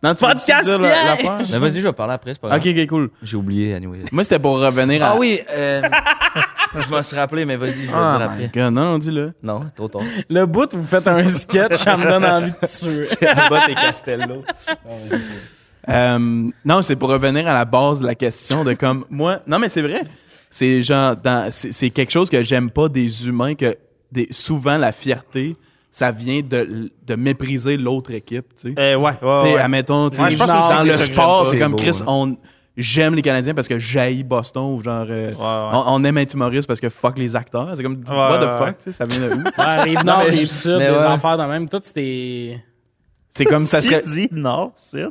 Non, tu veux-tu
Podcast
dire
bien!
la- l'affaire?
Mais vas-y, je vais parler après, c'est pas grave.
Ok, ok, cool.
J'ai oublié, anyway.
Moi, c'était pour revenir à.
Ah oui, euh, je m'en suis rappelé, mais vas-y, je vais
Ah,
dire
my
après.
God. Non, non, dis-le.
Non, trop tard.
Le bout, vous faites un sketch, ça me donne envie de tuer.
Bas tes Castello.
Euh, non, c'est pour revenir à la base de la question de comme moi. Non, mais c'est vrai. C'est genre dans- c'est c'est quelque chose que j'aime pas des humains que des, souvent la fierté ça vient de, de mépriser l'autre équipe. Tu sais,
Euh, ouais, ouais.
Tu sais,
ouais.
admettons, tu sais,
Ouais, je pense
aussi que
dans
c'est
le
ça que j'aime
sport,
ça.
c'est comme
C'est beau,
Chris,
hein.
on j'aime les Canadiens parce que j'haïs Boston ou genre euh, On, on aime être humoriste parce que fuck les acteurs. C'est comme what
ouais,
the
ouais.
fuck, tu sais, ça vient de où? tu sais?
Ouais, rive nord,
Non, mais-
rive sud,
mais
des
ouais.
affaires de même. Tout, c'était
c'est comme ça
Si
serait.
dit nord, sud.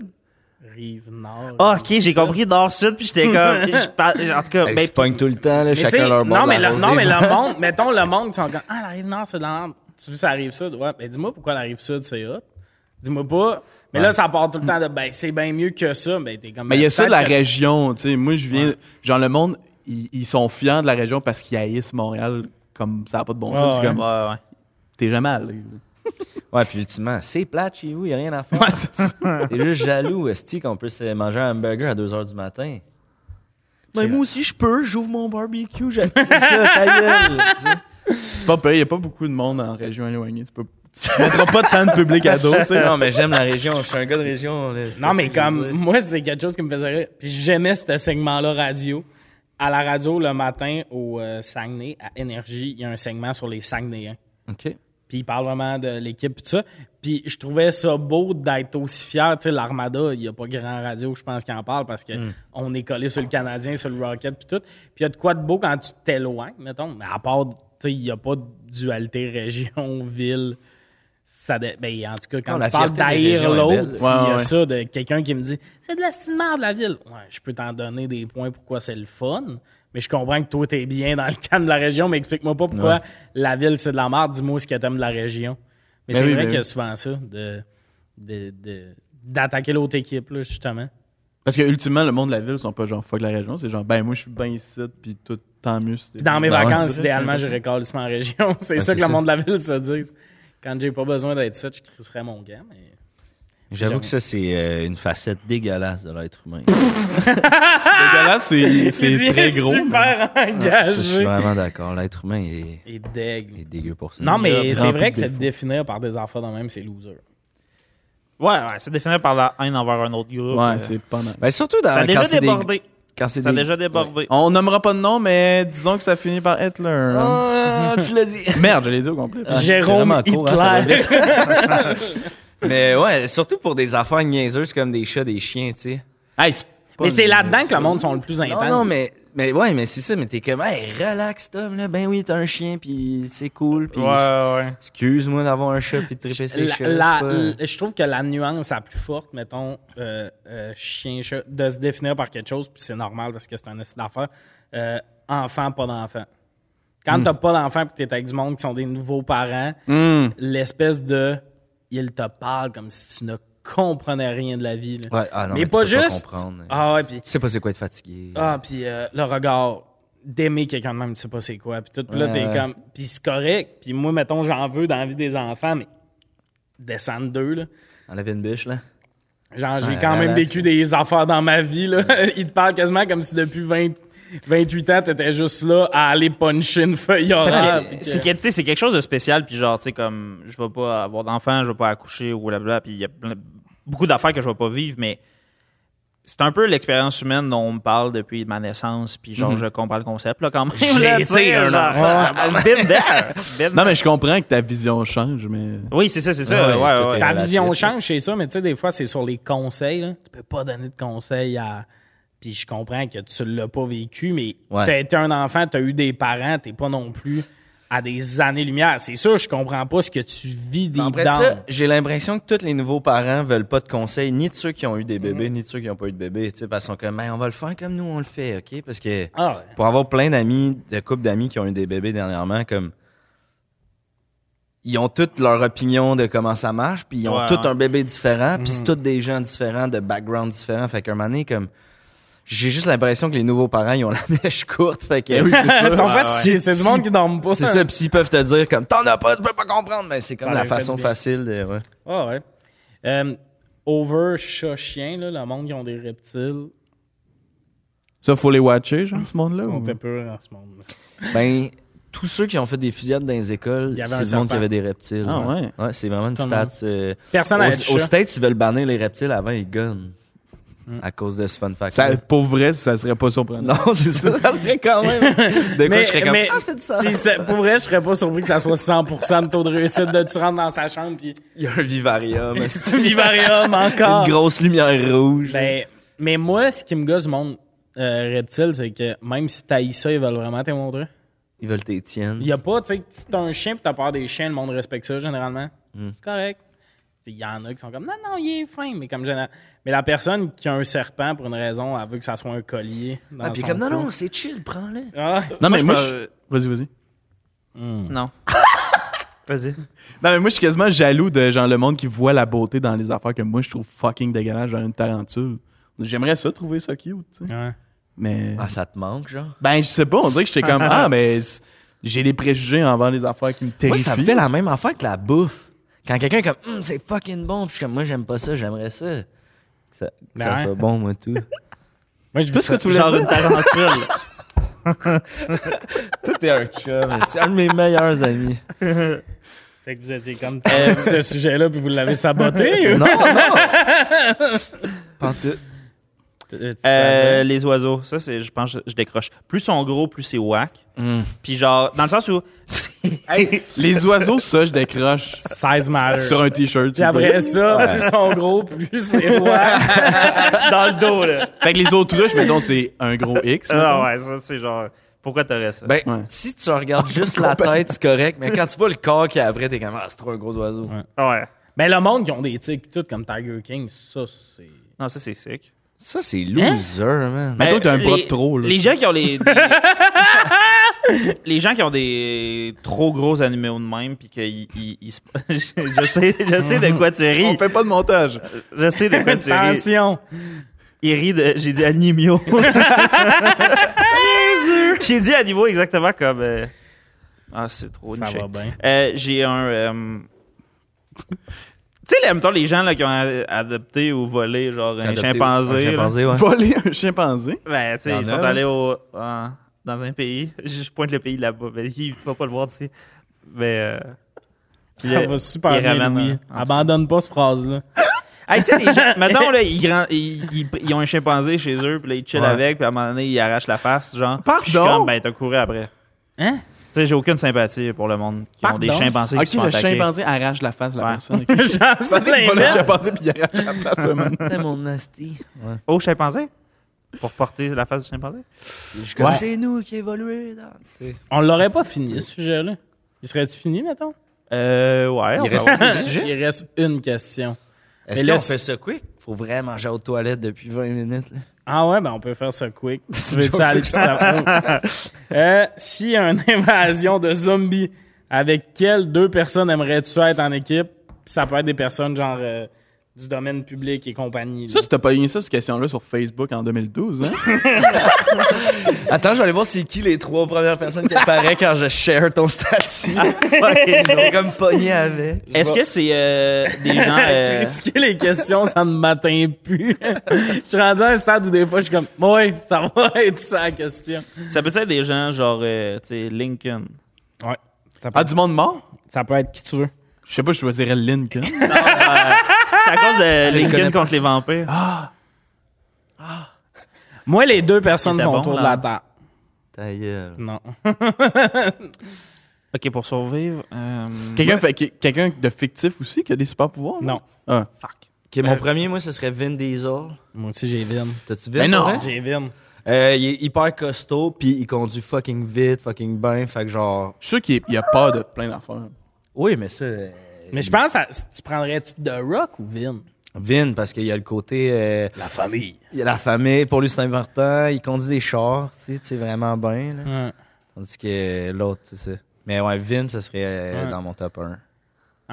rive nord.
Ah, ok, j'ai compris nord-sud, puis j'étais comme. je par- en tout cas,
Ils
ben,
se pognent tout le temps, là,
Mais tu
chacun
sais,
leur bord
non,
de
mais
la
le,
rose
non,
des
mais
vents.
le monde, mettons le monde, ils sont comme Ah, la rive nord, c'est de la merde. Tu veux, ça arrive sud. Ouais, ben dis-moi pourquoi la rive sud, c'est hot. Dis-moi pas. Mais là, ça part tout le temps de Ben, c'est bien mieux que ça. Ben, t'es comme
Mais il y a ça de la
peut-être que-
région, tu sais. Moi, je viens. Genre, le monde, ils, ils sont fiers de la région parce qu'ils haïssent Montréal comme ça n'a pas de bon
Ouais,
sens. C'est
ouais.
comme,
Ouais, ouais.
t'es jamais allé.
Ouais, puis ultimement, c'est plate chez vous, il n'y a rien à faire. T'es juste jaloux, Esti, qu'on peut se manger un hamburger à 2 h du matin. Mais Ben, moi aussi, je peux, j'ouvre mon barbecue, j'aime ça, ta gueule. tu sais.
C'est pas payé, il n'y a pas beaucoup de monde en région éloignée. Tu peux. Tu mettras pas tant de public à dos, tu sais.
Non, mais j'aime la région, je suis un gars de région. là, c'est
Non,
pas
mais
ça que je veux
comme,
dire.
moi, c'est quelque chose qui me faisait rire. Puis j'aimais ce segment-là radio. À la radio, le matin, au euh, Saguenay, à Énergie, il y a un segment sur les Saguenayens.
Ok.
Puis il parle vraiment de l'équipe et tout ça. Puis je trouvais ça beau d'être aussi fier. Tu sais, l'Armada, il n'y a pas grand radio, je pense, qui en parle parce que
Hmm.
on est collé sur le Canadien, sur le Rocket puis tout. Puis il y a de quoi de beau quand tu t'éloignes, mettons. Mais à part, tu sais, il n'y a pas de dualité région-ville. Ça dé- ben, en tout cas, quand
Non, la
tu parles
fierté des
d'haïr
régions est
l'autre,
belle.
s'il y a
Ouais, ouais.
ça de quelqu'un qui me dit « C'est de la cime de la ville. » Ouais, je peux t'en donner des points pourquoi c'est le fun, mais je comprends que toi, t'es bien dans le cadre de la région, mais explique-moi pas pourquoi la ville, c'est de la merde. Dis-moi ce que t'aimes de la région. Mais
Ben
c'est
oui,
vrai
ben
qu'il y a
oui.
souvent ça, de, de- de- d'attaquer l'autre équipe, là, justement.
Parce que, ultimement, le monde de la ville sont pas genre fuck la région. C'est genre, ben, moi, je suis bien ici, puis tout, tant mieux. si t'es-
Puis dans mes
Ben ouais.
vacances, idéalement, je récolte en région. c'est
Ben,
ça
c'est
que le
ça.
monde de la ville se dit. Quand j'ai pas besoin d'être ça, je crisserais mon gars, mais...
J'avoue que ça, c'est euh, une facette dégueulasse de l'être humain.
Dégueulasse, c'est
Il
c'est
devient
très gros.
super
Ça, je suis
engagé.
vraiment d'accord. L'être humain est,
Et deg.
est dégueu pour ça.
Non, mais
Il a
c'est
rempli
vrai que
de
c'est de
défauts.
définir par des enfants dans même, c'est loser.
Ouais, ouais, c'est défini par la haine envers un autre groupe. euh,
Ouais, c'est pas mal.
Ben, surtout dans
Ça a
quand
déjà
c'est des-
débordé.
Quand c'est
Ça a
des-
déjà débordé.
On nommera pas de nom, mais disons que ça finit par être là.
Ah, tu l'as dit.
Merde, je l'ai dit au complet.
Ah, c'est
Jérôme
vraiment court, hein, ça va
Hitler.
Mais ouais, surtout pour des affaires niaiseuses comme des chats, des chiens, tu sais.
Hey, c'est pas
Mais c'est
une-
là-dedans que le monde sont le plus
Non,
intense.
non, mais, Mais ouais, mais c'est ça, mais t'es comme, hey, relax, Tom, là. Ben oui, t'as un chien, puis c'est cool, puis
Ouais, ouais.
excuse-moi d'avoir un chat, puis de triper ses
La-
chats.
la-
c'est pas-
l- je trouve que la nuance la plus forte, mettons, euh, euh, chien, chat, de se définir par quelque chose, puis c'est normal parce que c'est un essai d'affaires, euh, enfant, pas d'enfant.
Hmm.
Quand t'as pas d'enfant puis t'es avec du monde qui sont des nouveaux parents,
Hmm.
l'espèce de il te parle comme si tu ne comprenais rien de la vie. là.
Ouais, ah non,
mais,
mais tu
pas
peux pas
juste.
comprendre.
ah ouais, puis
Tu sais pas c'est quoi être fatigué.
ah, puis euh, le regard d'aimer quelqu'un de même, tu sais pas c'est quoi. Puis tout, puis là,
Ouais,
t'es
ouais.
comme. Puis c'est correct. Puis moi, mettons, j'en veux dans la vie des enfants, mais descendre d'eux, là.
Enlève une bûche, là.
Genre, j'ai
Ouais,
quand même
relax.
vécu des affaires dans ma vie, là. Ils te parlent quasiment comme si depuis 20 28 ans, t'étais juste là à aller puncher une feuille
Parce que,
Ah,
orale. puis que-
c'est que, tu sais, c'est quelque chose de spécial, puis genre, tu sais, comme, je vais pas avoir d'enfant, je vais pas accoucher, ou blablabla, puis il y a plein- beaucoup d'affaires que je vais pas vivre, mais c'est un peu l'expérience humaine dont on me parle depuis ma naissance, puis genre, je comprends le concept, là, quand même.
Mhm. J'ai
là, tu
été
sais,
un
genre, I've been there. Been
Non, mais je comprends que ta vision change, mais.
Oui, c'est ça, c'est ça.
Ah Ouais,
ouais, ouais,
tout est
ouais.
Ta
relatif,
vision
là.
change, c'est ça, mais tu sais, des fois, c'est sur les conseils. là. Tu peux pas donner de conseils à. Puis je comprends que tu l'as pas vécu, mais
Ouais.
t'as été un enfant, t'as eu des parents, t'es pas non plus à des années-lumière. C'est sûr, je comprends pas ce que tu vis des
Après
dents.
ça, j'ai l'impression que tous les nouveaux parents veulent pas de conseils, ni de ceux qui ont eu des
Mm-hmm.
bébés, ni de ceux qui n'ont pas eu de bébés. Tu sais, parce qu'ils sont comme, Hey, on va le faire comme nous, on le fait, OK? Parce que
Ah ouais.
pour avoir plein d'amis, de couples d'amis qui ont eu des bébés dernièrement, comme. Ils ont toutes leur opinion de comment ça marche, puis ils ont
Ouais,
tous
ouais.
un bébé différent,
Mm-hmm.
puis c'est tous des gens différents, de backgrounds différents. Fait qu'un moment donné, comme. J'ai juste l'impression que les nouveaux parents, ils ont la mèche courte. Fait que.
En fait,
Ouais,
Eh c'est- c'est du monde qui dorment pas.
C'est ça, puis s'ils peuvent te dire comme t'en as pas, tu peux pas comprendre, mais c'est comme
Ça
la
leur fait du
façon
bien.
facile de. ouais.
Ah ouais. Euh, over chat chien, là, le monde qui ont des reptiles,
Ça, faut les watcher, genre, ce monde-là.
on
Mm.
ou-
était peu en ce moment.
Ben, tous ceux qui ont fait des fusillades dans les écoles,
Il y avait un
c'est du
serpent.
monde qui avait des reptiles.
Ah ouais?
Ouais, c'est vraiment une
Tout le
stat.
monde.
euh,
Personne n'avait de
aux, aux
chat.
States, ils veulent bannir les reptiles avant, ils gunnent.
Mm.
À cause de ce fun fact.
Ça, pour vrai, ça serait pas surprenant.
Non, c'est ça, ça serait quand même. De quoi
Mais-
je serais comme.
mais-
ah, c'est ça.
Puis ça- pour vrai, je serais pas surpris que ça soit 100% de taux de réussite de tu rentres dans sa chambre puis
Il y a un vivarium.
c'est un vivarium
une
encore.
grosse lumière rouge.
Ben, mais moi, ce qui me gosse du monde euh, reptile, c'est que même si t'haïs ça, ils veulent vraiment te montrer.
Ils veulent tes tiennes.
Il y a pas, tu sais, si t'as un chien pis t'as peur des chiens, le monde respecte ça généralement. C'est correct. Il y en a qui sont comme non, non, il est fin, mais comme général. Mais la personne qui a un serpent pour une raison, elle veut que ça soit un collier. Dans
Ah, puis
son
comme, non,
cou.
non, c'est chill, prends-le.
Ah,
Non, mais
je
moi,
me-
je- Vas-y, vas-y.
Non. Vas-y.
Non, mais moi, je suis quasiment jaloux de genre le monde qui voit la beauté dans les affaires que moi, je trouve fucking dégueulasse, genre une tarentule. J'aimerais ça, trouver ça cute, tu sais.
ouais.
Mais.
Ah, ça te manque, genre.
Ben, je sais pas, on dirait que j'étais comme, ah, mais c- j'ai des préjugés envers les affaires qui me
Moi,
terrifient.
ça me fait la même affaire que la bouffe. Quand quelqu'un est comme, Hum, c'est fucking bon, puis je suis comme, moi, j'aime pas ça, j'aimerais ça. Que Ça, que ça
Ben,
soit bon, moi, tout.
Moi, je
Tout
vis
ce
ça.
que tu voulais
Genre
dire.
une tarentule.
tout est un chum. Ben, C'est un de mes meilleurs amis.
Fait que vous étiez comme euh, ce sujet-là puis vous l'avez saboté. ou-
Non, non! Pas en tout.
Euh, tu-
Euh, les oiseaux, ça, c'est, je pense, que je décroche. Plus ils sont gros, plus c'est whack.
Mm.
Puis genre, dans le sens où.
Les oiseaux, ça, je décroche
Size matter.
sur un t-shirt.
Puis
tu peux.
après ça, plus ils sont gros, plus c'est moi.
dans le dos, là.
Fait que les autruches, mettons, c'est un gros X.
Ah ouais, ça, c'est genre. Pourquoi t'aurais ça?
Ben,
Ouais.
si tu regardes juste la tête, c'est correct, mais quand tu vois le corps qui est après, t'es comme, ah, c'est trop un gros oiseau.
Ouais.
Ah ouais.
Mais Ben, le monde qui ont des tics pis tout comme Tiger King, ça c'est.
Non, ça, c'est sick.
Ça, c'est loser, man.
Mettons
Euh,
que t'as un bras
les-
de trop, là.
Les gens qui ont les. des- les gens qui ont des trop gros animaux de même, puis qu'ils. ils- ils se- je, sais, je sais de quoi tu
On
ris.
fait pas de montage.
Je sais de quoi tu ris.
Attention!
Il rit de. J'ai dit animaux. J'ai dit animaux exactement comme. euh, Ah, c'est trop
Ça
niché.
va bien.
Euh, J'ai un. euh, Tu sais, là, mettons, les gens là, qui ont euh, adopté ou volé, genre un
Ben, Adopté-
chimpanzé.
Un
là.
chimpanzé, ouais.
Voler un chimpanzé.
Ben, tu sais,
Y'en
ils sont
a, là.
allés au, en- dans un pays. Je pointe le pays là-bas. Ben, Yves, tu vas pas le voir, tu sais. Mais. euh, puis euh,
Ça
le-
va super
il
bien.
ramène,
Louis.
euh, en tout cas.
Abandonne pas cette phrase-là.
Hey, tu sais, les gens, mettons, là, ils, grand- ils, ils- ils ont un chimpanzé chez eux, puis là, ils chillent
Ouais.
avec, puis à un moment donné, ils arrachent la face, genre.
Pardon?
Puis Je suis comme, ben, t'as couru après.
Hein?
Tu sais, j'ai aucune sympathie pour le monde qui ont des
Pardon?
chimpanzés
Ok,
qui se font
le
attaquer.
chimpanzé arrache la face de la
Ouais.
personne. ok.
Genre, c'est
Pensez qu'il vole un
l'inverse.
chimpanzé puis il arrache la face. au monde.
Putain, mon nasty. Ouais.
Oh, chimpanzé? pour porter la face du chimpanzé.
Je suis comme,
Ouais.
C'est nous qui évoluons. dans- tu sais.
On l'aurait pas fini, ce sujet-là. Il serait-tu fini, mettons? Hein?
Euh, ouais. on
Il
va
reste
voir.
un sujet.
Il reste une question.
Est-ce
là,
qu'on
c'est-
fait ça quick? Faut vraiment j'aille aux toilettes depuis 20 minutes. là.
Ah ouais, ben on peut faire ça quick. Tu veux
Joseph.
ça aller plus ça S'il y a une invasion de zombies, avec quelles deux personnes aimerais-tu être en équipe? Puis ça peut être des personnes genre euh, du domaine public et compagnie.
Ça,
là.
si t'as pas eu ça, cette question-là, sur Facebook en 2012, hein?
Attends, je vais aller voir c'est qui les trois premières personnes qui apparaissent quand je share ton statut.
Fucking no.
J'ai comme pogné avec.
Est-ce que c'est euh, des gens. euh,
Critiquer les questions, ça ne m'atteint plus. je suis rendu à un stade où des fois, je suis comme, ouais, ça va être ça la question.
ça peut être des gens genre, euh, tu sais, Lincoln.
Ouais. Ça peut,
Ah, du monde mort?
ça peut être qui tu veux.
Je sais pas, je choisirais Lincoln. Ah,
C'est à cause de Lincoln
connaît pas Ah.
contre les vampires.
Moi, les deux personnes
C'était
sont
bon,
autour de
là.
la table.
Ta gueule.
Non.
Ok, pour survivre. euh,
Quelqu'un fait- quelqu'un de fictif aussi qui a des super pouvoirs? là?
Non.
Ah.
Fuck.
Ok, mon premier, moi, ce serait Vin Diesel.
Moi aussi, j'ai Vin.
T'as-tu Vin?
Ben non.
pour vrai?
J'ai Vin.
Euh, il est hyper costaud, puis il conduit fucking vite, fucking bien. Fait que genre.
Je suis sûr qu'il il a peur de plein d'affaires.
Oui, mais ça. euh,
Mais je pense, à- tu prendrais-tu The Rock ou Vin?
Vin, parce qu'il y a le côté. euh,
La famille.
il y a la famille, pour lui, c'est important. Il conduit des chars, tu sais, tu sais, vraiment bien. là. Tandis que l'autre, c'est ça. Mais ouais, Vin, ce serait euh,
Ouais.
dans mon top 1.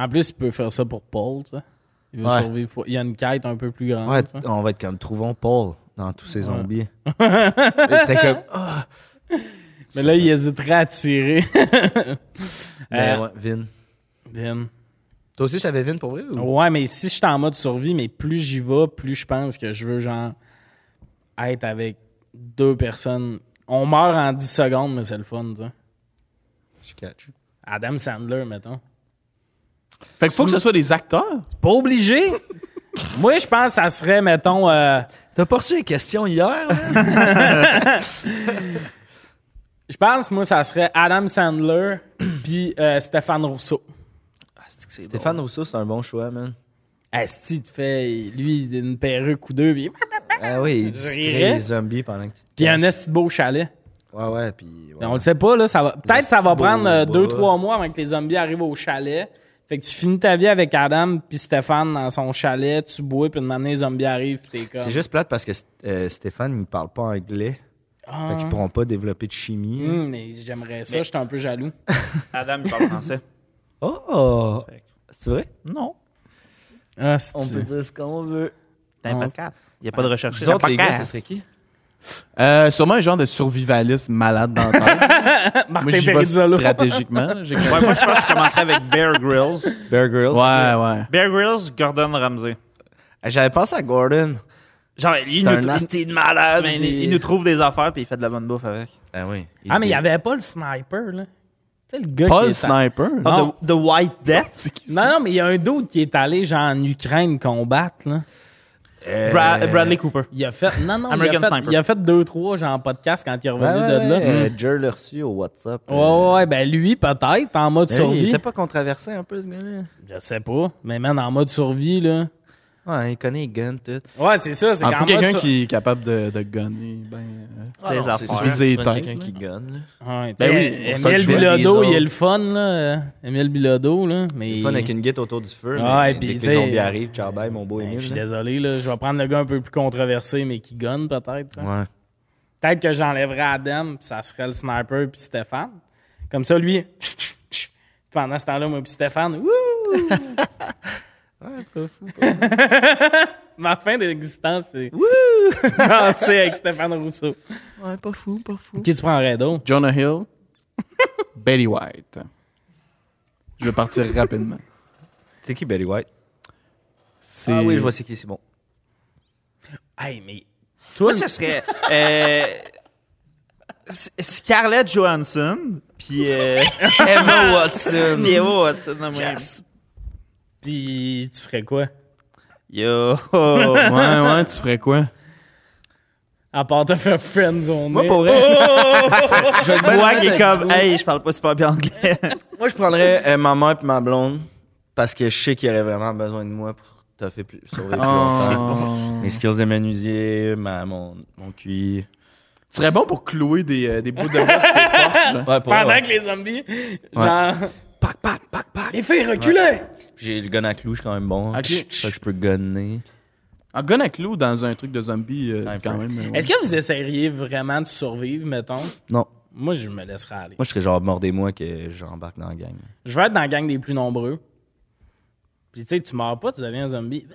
En plus, il peut faire ça pour Paul, tu sais. Il veut
Ouais.
survivre. pour- Il y a une quête un peu plus grande.
Ouais,
tu sais.
on va être comme Trouvons Paul dans tous ces zombies. Il serait comme. Ah!
Mais là, il hésiterait à tirer.
Mais ouais, Vin.
Vin.
Toi aussi, j'avais Vin pour vrai ou?
Ouais, mais si je suis en mode survie, mais plus j'y vais, plus je pense que je veux, genre, être avec deux personnes. On meurt en 10 secondes, mais c'est le fun, tu sais.
Je catch.
Adam Sandler, mettons.
Fait que faut que ce soit des acteurs.
Pas obligé. Moi, je pense que ça serait, mettons, euh,
T'as pas reçu les questions hier, là?
je pense, moi, ça serait Adam Sandler puis euh, Stéphane Rousseau.
Stéphane Rousseau, c'est un bon choix, man.
Asti, te fait, lui, il a une perruque ou deux, puis
Ah oui, il
Je
distrait
rirais.
les zombies pendant que tu te
puis un
caches.
esti de beau chalet.
Ouais, ouais, puis... ouais.
Mais On le sait pas, là, ça va. Peut-être que ça
esti
va
de
prendre euh,
beaux
deux,
bras.
trois mois avant que les zombies arrivent au chalet. Fait que tu finis ta vie avec Adam puis Stéphane dans son chalet, tu bois, puis de manière les zombies arrivent, puis t'es comme.
C'est juste plate parce que euh, Stéphane, il parle pas anglais.
Ah.
Fait qu'ils pourront pas développer de chimie.
Hum, mais j'aimerais ça,
Mais-
j'étais un peu jaloux.
Adam, il parle français.
Oh! C'est vrai?
Non.
Ah,
On peut dire ce qu'on veut.
T'as un
On-
podcast. Il n'y a pas de recherche.
Vous Ah. autres, les gars, ce serait qui?
Euh, sûrement un genre de survivaliste malade dans le temps. Moi,
Martin
j'y vais
Perizzolo.
stratégiquement. là, j'ai-
Ouais, moi, je pense que je commencerais avec Bear Grylls.
Bear Grylls.
Ouais, ouais.
Bear Grylls, Gordon Ramsay.
Ah, J'avais pensé à Gordon.
Genre, lui, il
C'est
nous,
un
trou-
nasty de malade.
mais il,
puis-
il nous trouve des affaires puis il fait de la bonne bouffe avec.
Ah oui.
Ah, mais il y avait pas le sniper, là. C'est le gars qui
Paul
est à-
Sniper.
Ah,
Ah, the, the White Death.
Non, non, mais il y a un d'autre qui est allé, genre, en Ukraine combattre, là.
Euh,
Bra- Bradley Cooper.
Il a fait. Non, non, il
American
a fait,
Sniper.
il a fait deux, trois, genre, podcast quand il est
ouais,
revenu
ouais,
de là. Hmm. Mm.
ouais, euh, Jer l'a reçu au WhatsApp. Euh,
Ouais, ouais, ouais, ben lui, peut-être, en mode
Ben Il
survie.
était pas controversé un peu, ce gars-là.
Je sais pas, mais man, en mode survie, là.
Ouais, il connaît les guns, tout.
Ouais, c'est ça, c'est
Il
qu'en
faut
mode
quelqu'un
sur-
qui est capable de, de gunner. Ben, euh,
Des
non, c'est
affaires.
sûr,
Viser
tu prends
tête,
quelqu'un
là.
qui gunne, là.
Ouais,
Ben
t'sais,
oui, pour ça,
Emile
je vois
Bilodeau,
les
il est
autres.
le fun, là. euh, Emile Bilodeau, là. Mais...
C'est fun avec une guette autour du feu.
Ouais,
mais
Ah, puis,
dès que
tu sais,
les zombies arrivent, ciao bye, mon beau
Ben, je
Émile. hein.
suis
là.
désolé, là. Je vais prendre le gars un peu plus controversé, mais qui gonne, peut-être. ça.
Ouais.
Peut-être que j'enlèverais Adam, puis ça serait le sniper, puis Stéphane. Comme ça, lui. Pendant ce temps-là, moi, puis Stéphane. Wouh! Ma fin d'existence, c'est. Wouh! c'est avec Stéphane Rousseau. Ouais, pas fou, pas fou. Qui tu prendrais d'autre?
Jonah Hill. Betty White. Je vais partir rapidement.
C'est qui Betty White?
C'est-
Ah oui, je vois c'est qui, c'est bon.
Hey, mais.
Moi, ce serait euh, S- Scarlett Johansson, puis euh,
Emma Watson.
puis Emma Watson. non, moi.
Puis, tu ferais quoi?
Yo!
Ouais, ouais, tu ferais quoi?
À part te faire friendzone.
Moi, pour vrai,
Je vois qui est comme, hey, je parle pas super bien anglais.
moi, je prendrais euh, ma mère et ma blonde parce que je sais qu'il aurait vraiment besoin de moi pour T'as fait plus, sauver plus
Ah.
longtemps.
Oh.
Mes skills de menuisier, ma, mon, mon QI.
Tu serais bon pour clouer des, euh, des bouts de bois sur ses portes, genre.
Ouais, pour
Pendant
vrai, ouais.
que les zombies, genre,
Pac, pac, pac, pac.
les filles reculez!
J'ai le gun à clou, je suis quand même bon.
Ok.
Ça que je peux gunner.
En gun à Ah, clou dans un truc de zombie, euh,
Un
quand
peu.
même. euh, ouais.
Est-ce que vous essayeriez vraiment de survivre, mettons?
Non.
Moi, je me laisserais aller.
Moi, je serais genre, mordez-moi que j'embarque dans la gang.
Je vais être dans la gang des plus nombreux. Puis tu sais, tu meurs pas, tu deviens un zombie.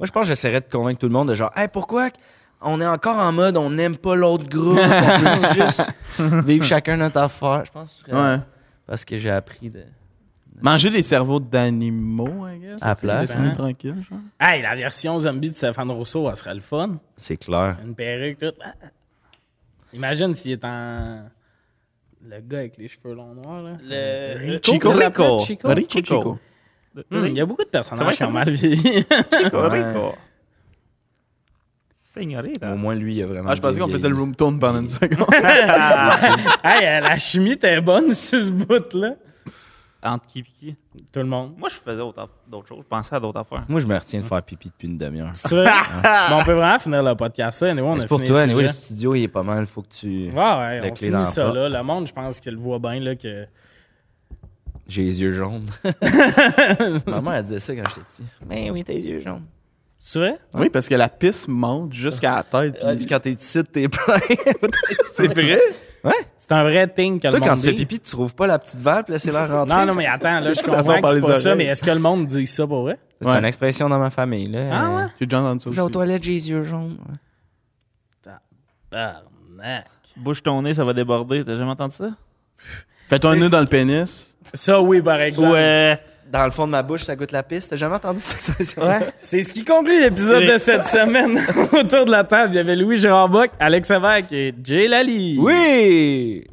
Moi, je pense que j'essaierais de convaincre tout le monde de genre, hey, pourquoi qu- on est encore en mode on n'aime pas l'autre groupe, on peut juste vivre chacun notre affaire. Je pense que
Ouais.
parce que j'ai appris de.
Manger les cerveaux d'animaux, I guess.
À place,
Laisse-nous
hein.
tranquille, genre.
Hey, la version zombie de Stéphane Rousseau, elle serait le fun.
C'est clair.
Une perruque, tout. Ah! Imagine s'il est en. Le gars avec les cheveux longs noirs, là.
Le-
Rico,
Chico
il l'appelait,
Rico.
Chico.
Rico,
Chico.
Chico.
Hum,
Hmm,
Il y a beaucoup de
Comment
personnages
il
qui ont mal vieilli.
Rico. Signorita.
Au moins, lui, il a vraiment.
Ah, je pensais qu'on
vieilli.
faisait le room tone pendant une seconde.
hey, euh, la chimie était bonne, sur ce bout-là.
Entre qui et qui?
Tout le monde.
Moi, je faisais autre- d'autres choses. Je pensais à d'autres affaires.
Moi, je me retiens de faire pipi depuis une demi-heure.
Tu veux- Bon, on peut vraiment finir le podcast, ça. Anyway, on a
C'est pour
fini
toi,
le
anyway, le
sujet.
studio, il est pas mal. Faut que tu.
Ouais, ouais,
La
on
clé
finit
dans
ça,
la
là. Le monde, je pense qu'il le voit bien, là, que...
J'ai les yeux jaunes. Ma mère, elle disait ça quand j'étais petit.
Ben
Mais oui, t'as les yeux jaunes.
Tu vrai?
oui, parce que la pisse monte jusqu'à la tête. puis-
Ouais, puis quand t'es petit, t'es plein.
C'est vrai?
C'est un vrai thing que
Toi,
le
quand
monde
tu fais
dit.
pipi, tu trouves pas la petite valve, puis là, c'est l'air rentré.
Non, non, mais attends, là, je
Ça sort
comprends que
par
c'est
les
pas ça,
oreilles.
mais est-ce que le monde dit ça pour vrai?
C'est
Ouais.
une expression dans ma famille, là.
Ah ouais?
J'ai déjà entendu ça aussi.
J'ai aux toilettes, j'ai les yeux jaunes. Ouais.
Tabarnak.
Bouche ton nez, ça va déborder. T'as jamais entendu ça?
Fais-toi un
C'est-
nez dans le pénis.
Ça, oui, par exemple.
Ouais.
Dans le fond de ma bouche, ça goûte la piste. T'as jamais entendu cette expression?
C'est ce qui conclut l'épisode de cette semaine. Autour de la table, il y avait Louis Gérard Bock, Alex Savak et Jay Lally.
Oui!